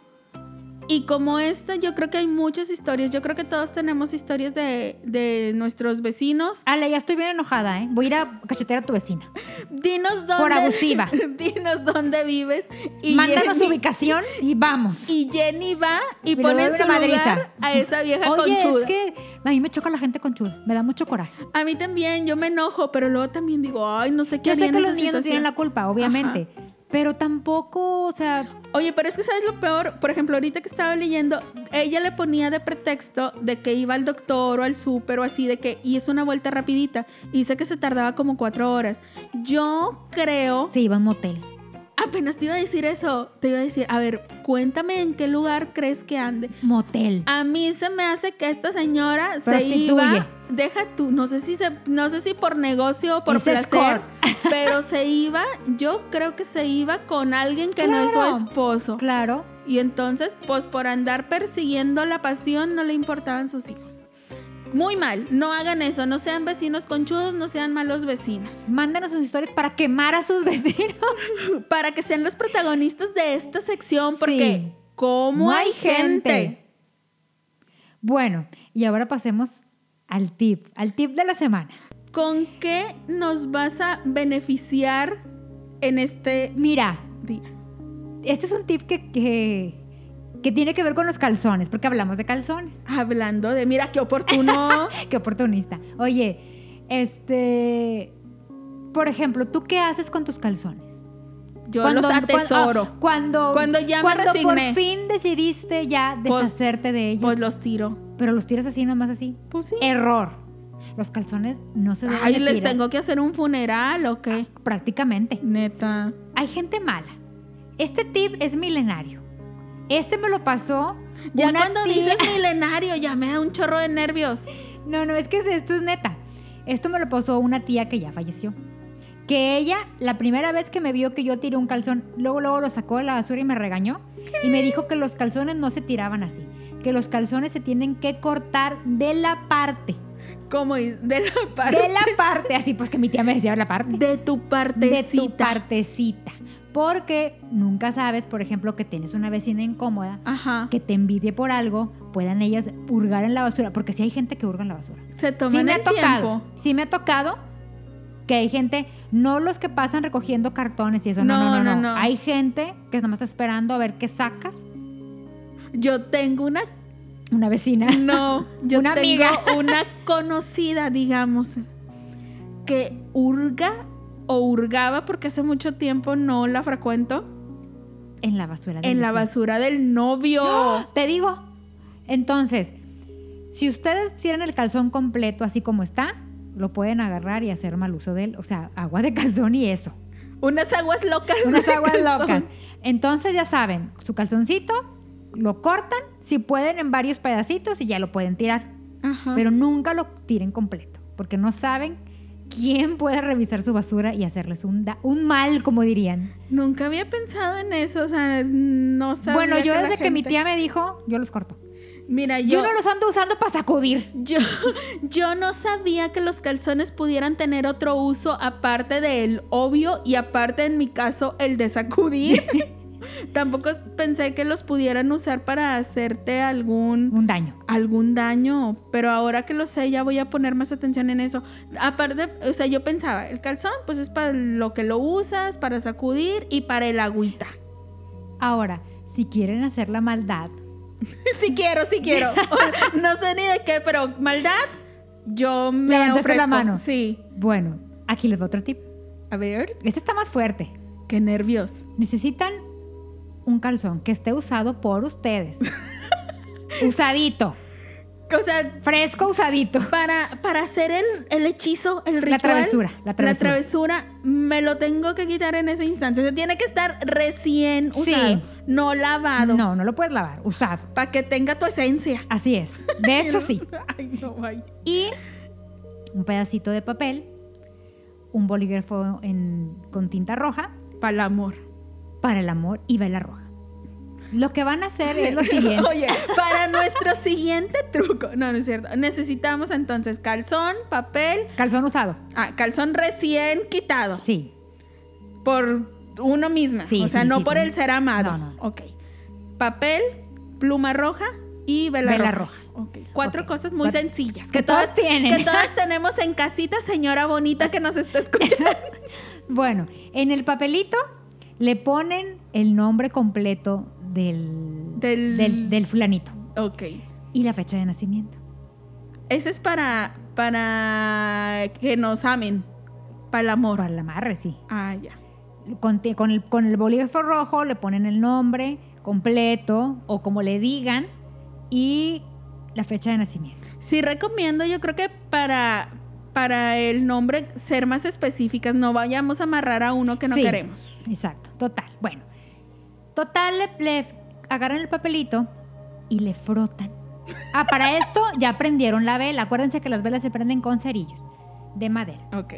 Speaker 1: Y como esta, yo creo que hay muchas historias. Yo creo que todos tenemos historias de, de nuestros vecinos.
Speaker 2: Ale, ya estoy bien enojada, ¿eh? Voy a ir a cachetear a tu vecina.
Speaker 1: Dinos dónde.
Speaker 2: Por abusiva.
Speaker 1: Dinos dónde vives. Y
Speaker 2: Mándanos su
Speaker 1: Jenny,
Speaker 2: ubicación y vamos.
Speaker 1: y Jenny va y,
Speaker 2: Y le
Speaker 1: pone
Speaker 2: doy
Speaker 1: en
Speaker 2: una
Speaker 1: su
Speaker 2: madriza.
Speaker 1: lugar a esa vieja
Speaker 2: Oye,
Speaker 1: conchuda.
Speaker 2: es que a mí me choca la gente conchuda. Me da mucho coraje.
Speaker 1: A mí también, yo me enojo, pero luego también digo, ay, no sé qué
Speaker 2: Yo
Speaker 1: haría
Speaker 2: sé
Speaker 1: en
Speaker 2: que
Speaker 1: esa
Speaker 2: los niños no tienen
Speaker 1: situación".
Speaker 2: la culpa, obviamente. Pero tampoco, o sea,
Speaker 1: Oye, pero es que sabes lo peor, por ejemplo, ahorita que estaba leyendo, ella le ponía de pretexto de que iba al doctor o al súper o así, de que hizo una vuelta rapidita y dice que se tardaba como cuatro horas. Yo creo,
Speaker 2: se iba a un motel.
Speaker 1: apenas te iba a decir eso, te iba a decir, a ver, cuéntame en qué lugar crees que ande.
Speaker 2: Motel.
Speaker 1: A mí se me hace que esta señora se
Speaker 2: Prostituye.
Speaker 1: iba, deja tú, no sé si se, no sé si por negocio o por
Speaker 2: Es
Speaker 1: placer,
Speaker 2: escort.
Speaker 1: pero se iba, yo creo que se iba con alguien que no
Speaker 2: Claro.
Speaker 1: es su esposo.
Speaker 2: Claro.
Speaker 1: Y entonces, pues por andar persiguiendo la pasión, no le importaban sus hijos. Muy mal, no hagan eso, no sean vecinos conchudos, no sean malos vecinos.
Speaker 2: Mándanos sus historias para quemar a sus vecinos.
Speaker 1: Para que sean los protagonistas de esta sección, porque
Speaker 2: Sí.
Speaker 1: como
Speaker 2: No
Speaker 1: hay gente?
Speaker 2: Bueno, y ahora pasemos al tip, al tip de la semana.
Speaker 1: ¿Con qué nos vas a beneficiar en este
Speaker 2: Mira,
Speaker 1: día?
Speaker 2: este es un tip que, que, que tiene que ver con los calzones, porque hablamos de calzones.
Speaker 1: Hablando de, mira qué oportuno.
Speaker 2: Qué oportunista. Oye, este, por ejemplo, ¿tú qué haces con tus calzones?
Speaker 1: Yo los atesoro.
Speaker 2: Cuando, ah, cuando,
Speaker 1: Cuando ya me resigné.
Speaker 2: por fin decidiste ya
Speaker 1: Pues-
Speaker 2: deshacerte de ellos,
Speaker 1: pues los tiro.
Speaker 2: pero los tiras así nomás así.
Speaker 1: Pues sí.
Speaker 2: Error. Los calzones no Ah. se deben
Speaker 1: Ay,
Speaker 2: de
Speaker 1: les
Speaker 2: tirar.
Speaker 1: tengo que hacer un funeral o qué.
Speaker 2: prácticamente.
Speaker 1: Neta.
Speaker 2: Hay gente mala. Este tip es milenario. Este me lo pasó
Speaker 1: Ya
Speaker 2: una
Speaker 1: cuando
Speaker 2: tía-
Speaker 1: dices milenario, ya me da un chorro de nervios.
Speaker 2: No, no, es que esto es neta. Esto me lo pasó una tía que ya falleció. Que ella, la primera vez que me vio que yo tiré un calzón, luego, luego lo sacó de la basura y me regañó. Y me dijo que los calzones no se tiraban así. Que los calzones se tienen que cortar de la parte.
Speaker 1: Como de la
Speaker 2: De
Speaker 1: parte.
Speaker 2: la parte. Así pues que mi tía me decía la parte.
Speaker 1: De tu partecita.
Speaker 2: de tu partecita. Porque nunca sabes, por ejemplo, que tienes una vecina incómoda
Speaker 1: Ajá.
Speaker 2: que te envidie por algo, puedan ellas hurgar en la basura. Porque si hay gente que hurga en la basura.
Speaker 1: Se
Speaker 2: Sí
Speaker 1: toman
Speaker 2: me
Speaker 1: el
Speaker 2: ha tocado.
Speaker 1: tiempo.
Speaker 2: Sí me ha tocado que hay gente, no los que pasan recogiendo cartones y eso. No, no, no, no.
Speaker 1: no.
Speaker 2: Hay gente que nomás está esperando a ver qué sacas.
Speaker 1: Yo tengo una.
Speaker 2: Una vecina.
Speaker 1: No, yo
Speaker 2: Una
Speaker 1: tengo
Speaker 2: amiga.
Speaker 1: una conocida, digamos, que hurga o hurgaba porque hace mucho tiempo no la frecuento
Speaker 2: En la basura. del
Speaker 1: en la
Speaker 2: vecino.
Speaker 1: basura del novio.
Speaker 2: Te digo. Entonces, si ustedes tienen el calzón completo así como está, lo pueden agarrar y hacer mal uso de él. O sea, agua de calzón y eso.
Speaker 1: Unas aguas locas.
Speaker 2: Unas
Speaker 1: de
Speaker 2: aguas
Speaker 1: calzón.
Speaker 2: locas. Entonces ya saben, su calzoncito lo cortan, si pueden, en varios pedacitos y ya lo pueden tirar.
Speaker 1: Ajá.
Speaker 2: Pero nunca lo tiren completo, porque no saben quién puede revisar su basura y hacerles un, da- un mal, como dirían.
Speaker 1: Nunca había pensado en eso, o sea, no sabía.
Speaker 2: bueno, yo
Speaker 1: la
Speaker 2: desde que mi
Speaker 1: gente-
Speaker 2: tía me dijo, yo los corto.
Speaker 1: Mira,
Speaker 2: Yo,
Speaker 1: yo.
Speaker 2: no los ando usando para sacudir.
Speaker 1: Yo, yo no sabía que los calzones pudieran tener otro uso aparte del obvio y aparte en mi caso el de sacudir. Tampoco pensé que los pudieran usar para hacerte algún
Speaker 2: Un daño.
Speaker 1: algún daño, pero ahora que lo sé ya voy a poner más atención en eso. Aparte, o sea, yo pensaba, el calzón pues es para lo que lo usas, para sacudir y para el agüita.
Speaker 2: Ahora, si quieren hacer la maldad,
Speaker 1: Sí quiero, sí quiero. no sé ni de qué, pero maldad, yo me
Speaker 2: Levantaste
Speaker 1: ofrezco.
Speaker 2: la mano.
Speaker 1: Sí.
Speaker 2: bueno, aquí les doy otro tip.
Speaker 1: A ver,
Speaker 2: Este está más fuerte.
Speaker 1: qué nervios.
Speaker 2: Necesitan un calzón que esté usado por ustedes. Usadito.
Speaker 1: O sea,
Speaker 2: Fresco, usadito.
Speaker 1: para, para hacer el, el hechizo, el ritual.
Speaker 2: travesura, la travesura.
Speaker 1: travesura, me lo tengo que quitar en ese instante. O sea, tiene que estar recién
Speaker 2: Sí.
Speaker 1: usado, no lavado,
Speaker 2: No, no lo puedes lavar, usado.
Speaker 1: para que tenga tu esencia.
Speaker 2: Así es. De hecho, sí.
Speaker 1: Ay, no, ay.
Speaker 2: Y un pedacito de papel, un bolígrafo en- con tinta roja,
Speaker 1: Para el amor.
Speaker 2: para el amor y vela roja. Lo que van a hacer es lo siguiente.
Speaker 1: Oye, para nuestro siguiente truco. No, no es cierto. Necesitamos entonces calzón, papel,
Speaker 2: Calzón usado.
Speaker 1: ah, calzón recién quitado.
Speaker 2: Sí.
Speaker 1: Por uno misma.
Speaker 2: Sí,
Speaker 1: o sea,
Speaker 2: sí,
Speaker 1: no
Speaker 2: sí,
Speaker 1: por
Speaker 2: sí.
Speaker 1: el ser amado.
Speaker 2: No, no.
Speaker 1: Ok. Papel, pluma roja y vela,
Speaker 2: Vela
Speaker 1: roja.
Speaker 2: roja.
Speaker 1: Ok. Cuatro
Speaker 2: Ok.
Speaker 1: cosas muy
Speaker 2: Cuatro-
Speaker 1: sencillas.
Speaker 2: que todas tienen.
Speaker 1: Que todas tenemos en casita, señora bonita que nos está escuchando.
Speaker 2: Bueno, en el papelito le ponen el nombre completo del,
Speaker 1: Del-
Speaker 2: del, del fulanito
Speaker 1: ok.
Speaker 2: y la fecha de nacimiento.
Speaker 1: Eso es para, para que nos amen. Para el amor.
Speaker 2: Para el amarre, sí.
Speaker 1: Ah, ya.
Speaker 2: Con, ti- con el, con el bolígrafo rojo le ponen el nombre completo o como le digan y la fecha de nacimiento.
Speaker 1: Sí recomiendo, yo creo que para, para el nombre ser más específicas, no vayamos a amarrar a uno que no
Speaker 2: Sí,
Speaker 1: queremos.
Speaker 2: Exacto, total. Bueno, total le, le agarran el papelito y le frotan. Ah, para esto ya prendieron la vela. Acuérdense que las velas se prenden con cerillos de madera.
Speaker 1: Ok.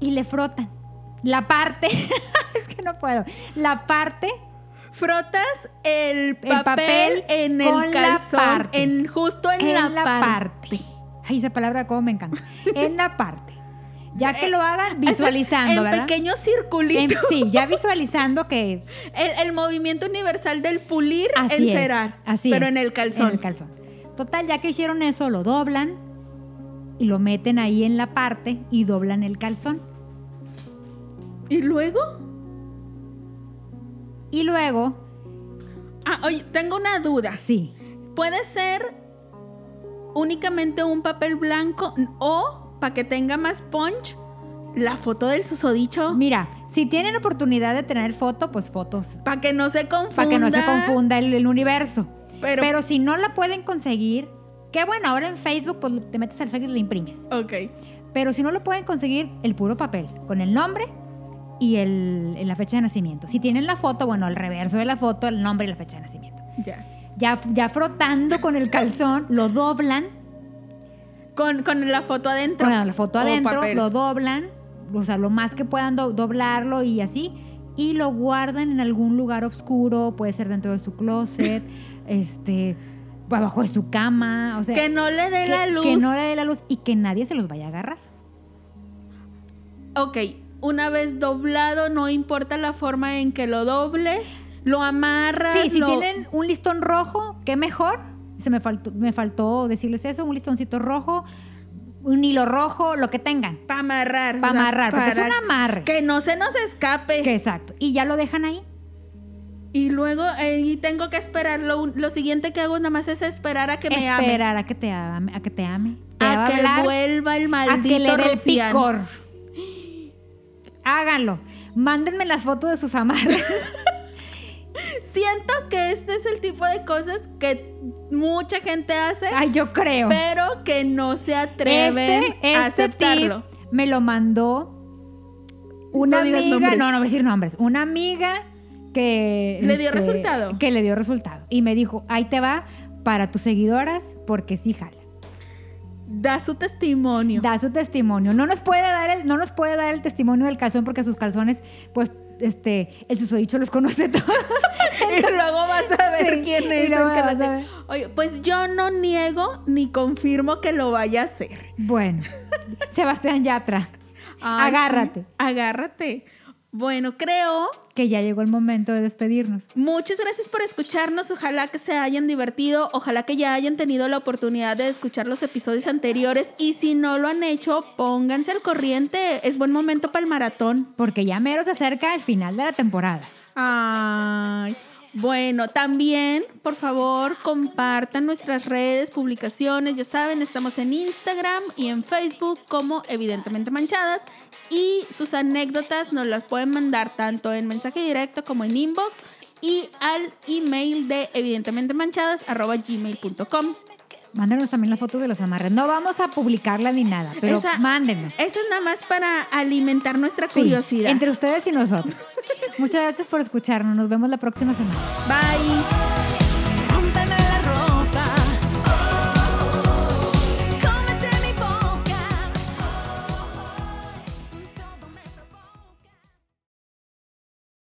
Speaker 2: y le frotan. La parte, es que no puedo, la parte,
Speaker 1: Frotas el papel,
Speaker 2: El papel
Speaker 1: en el
Speaker 2: con la
Speaker 1: calzón,
Speaker 2: parte.
Speaker 1: en justo en,
Speaker 2: en
Speaker 1: la, parte.
Speaker 2: Ay, esa palabra como me encanta. En la parte. Ya que lo hagan
Speaker 1: Eh, Eso es
Speaker 2: visualizando,
Speaker 1: en
Speaker 2: ¿verdad?
Speaker 1: pequeños
Speaker 2: En-
Speaker 1: circulitos.
Speaker 2: sí, ya visualizando que
Speaker 1: El, el movimiento universal del pulir,
Speaker 2: así
Speaker 1: encerar,
Speaker 2: es. Así
Speaker 1: pero
Speaker 2: es,
Speaker 1: en el calzón.
Speaker 2: En el calzón. Total, ya que hicieron eso, lo doblan y lo meten ahí en la parte y doblan el calzón.
Speaker 1: y luego,
Speaker 2: Y luego,
Speaker 1: ah, oye, tengo una duda.
Speaker 2: sí,
Speaker 1: Puede ser únicamente un papel blanco o, para que tenga más punch, la foto del susodicho.
Speaker 2: mira, si tienen oportunidad de tener foto, pues fotos
Speaker 1: Para que no se confunda.
Speaker 2: para que no se confunda el, el universo.
Speaker 1: Pero-
Speaker 2: Pero, si no la pueden conseguir, qué bueno, ahora en Facebook pues te metes al Facebook y le imprimes.
Speaker 1: Ok.
Speaker 2: Pero si no lo pueden conseguir, el puro papel, con el nombre y el, la fecha de nacimiento. Si tienen la foto, bueno, el reverso de la foto, el nombre y la fecha de nacimiento.
Speaker 1: Ya.
Speaker 2: Ya, ya frotando con el calzón, lo doblan,
Speaker 1: Con, con la foto adentro.
Speaker 2: bueno, la foto
Speaker 1: O
Speaker 2: adentro,
Speaker 1: papel.
Speaker 2: lo doblan, o sea, lo más que puedan do- doblarlo y así, y lo guardan en algún lugar oscuro, puede ser dentro de su closet, este, abajo de su cama, o sea,
Speaker 1: que no le dé
Speaker 2: que-
Speaker 1: la luz.
Speaker 2: que no le dé la luz y que nadie se los vaya a agarrar.
Speaker 1: Ok, una vez doblado, no importa la forma en que lo dobles, lo amarras.
Speaker 2: Sí, si
Speaker 1: lo-
Speaker 2: tienen un listón rojo, qué mejor. Se me faltó, me faltó decirles eso, un listoncito rojo, un hilo rojo, lo que tengan.
Speaker 1: Para amarrar.
Speaker 2: Pa'
Speaker 1: o sea,
Speaker 2: amarrar, porque es
Speaker 1: para
Speaker 2: un amarre.
Speaker 1: Que no se nos escape.
Speaker 2: Que exacto. Y ya lo dejan ahí.
Speaker 1: Y luego eh, y tengo que esperar. Lo, lo siguiente que hago nada más es esperar a que me amen.
Speaker 2: Esperar a que te ame, a que te ame. Te va
Speaker 1: A que
Speaker 2: hablar,
Speaker 1: vuelva el
Speaker 2: a que
Speaker 1: maldito
Speaker 2: le dé el
Speaker 1: rufián.
Speaker 2: picor. Háganlo. Mándenme las fotos de sus amarras.
Speaker 1: Siento que este es el tipo de cosas que mucha gente hace,
Speaker 2: Ay, yo creo.
Speaker 1: pero que no se atreven
Speaker 2: este este
Speaker 1: a aceptarlo.
Speaker 2: tip me lo mandó una
Speaker 1: No digas
Speaker 2: amiga,
Speaker 1: nombres.
Speaker 2: no, no voy a decir nombres, una amiga que este,
Speaker 1: ¿Le dio resultado?
Speaker 2: Que le dio resultado y me dijo, "Ahí te va para tus seguidoras porque sí jala."
Speaker 1: Da su testimonio.
Speaker 2: Da su testimonio. No nos puede dar el no nos puede dar el testimonio del calzón porque sus calzones pues este el susodicho los conoce todos.
Speaker 1: y luego vas a ver
Speaker 2: Sí,
Speaker 1: quién
Speaker 2: y
Speaker 1: es.
Speaker 2: luego
Speaker 1: el que lo
Speaker 2: vas a
Speaker 1: hace.
Speaker 2: ver.
Speaker 1: Oye, pues yo no niego ni confirmo que lo vaya a hacer.
Speaker 2: Bueno, Sebastián Yatra,
Speaker 1: Ay,
Speaker 2: agárrate,
Speaker 1: sí, agárrate. Bueno, creo.
Speaker 2: que ya llegó el momento de despedirnos.
Speaker 1: Muchas gracias por escucharnos. Ojalá que se hayan divertido. Ojalá que ya hayan tenido la oportunidad de escuchar los episodios anteriores. Y si no lo han hecho, pónganse al corriente. Es buen momento para el maratón.
Speaker 2: Porque ya mero se acerca el final de la temporada.
Speaker 1: Ay. Bueno, también, por favor, compartan nuestras redes, publicaciones. Ya saben, estamos en Instagram y en Facebook como Evidentemente Manchadas. Y sus anécdotas nos las pueden mandar tanto en mensaje directo como en inbox y al email de evidentemente manchadas arroba gmail.com.
Speaker 2: mándenos también las fotos de los amarres. No vamos a publicarla ni nada, pero
Speaker 1: Esa-
Speaker 2: mándenos.
Speaker 1: Esa es nada más para alimentar nuestra
Speaker 2: Sí,
Speaker 1: curiosidad.
Speaker 2: Entre ustedes y nosotros. Muchas gracias por escucharnos. Nos vemos la próxima semana.
Speaker 1: Bye.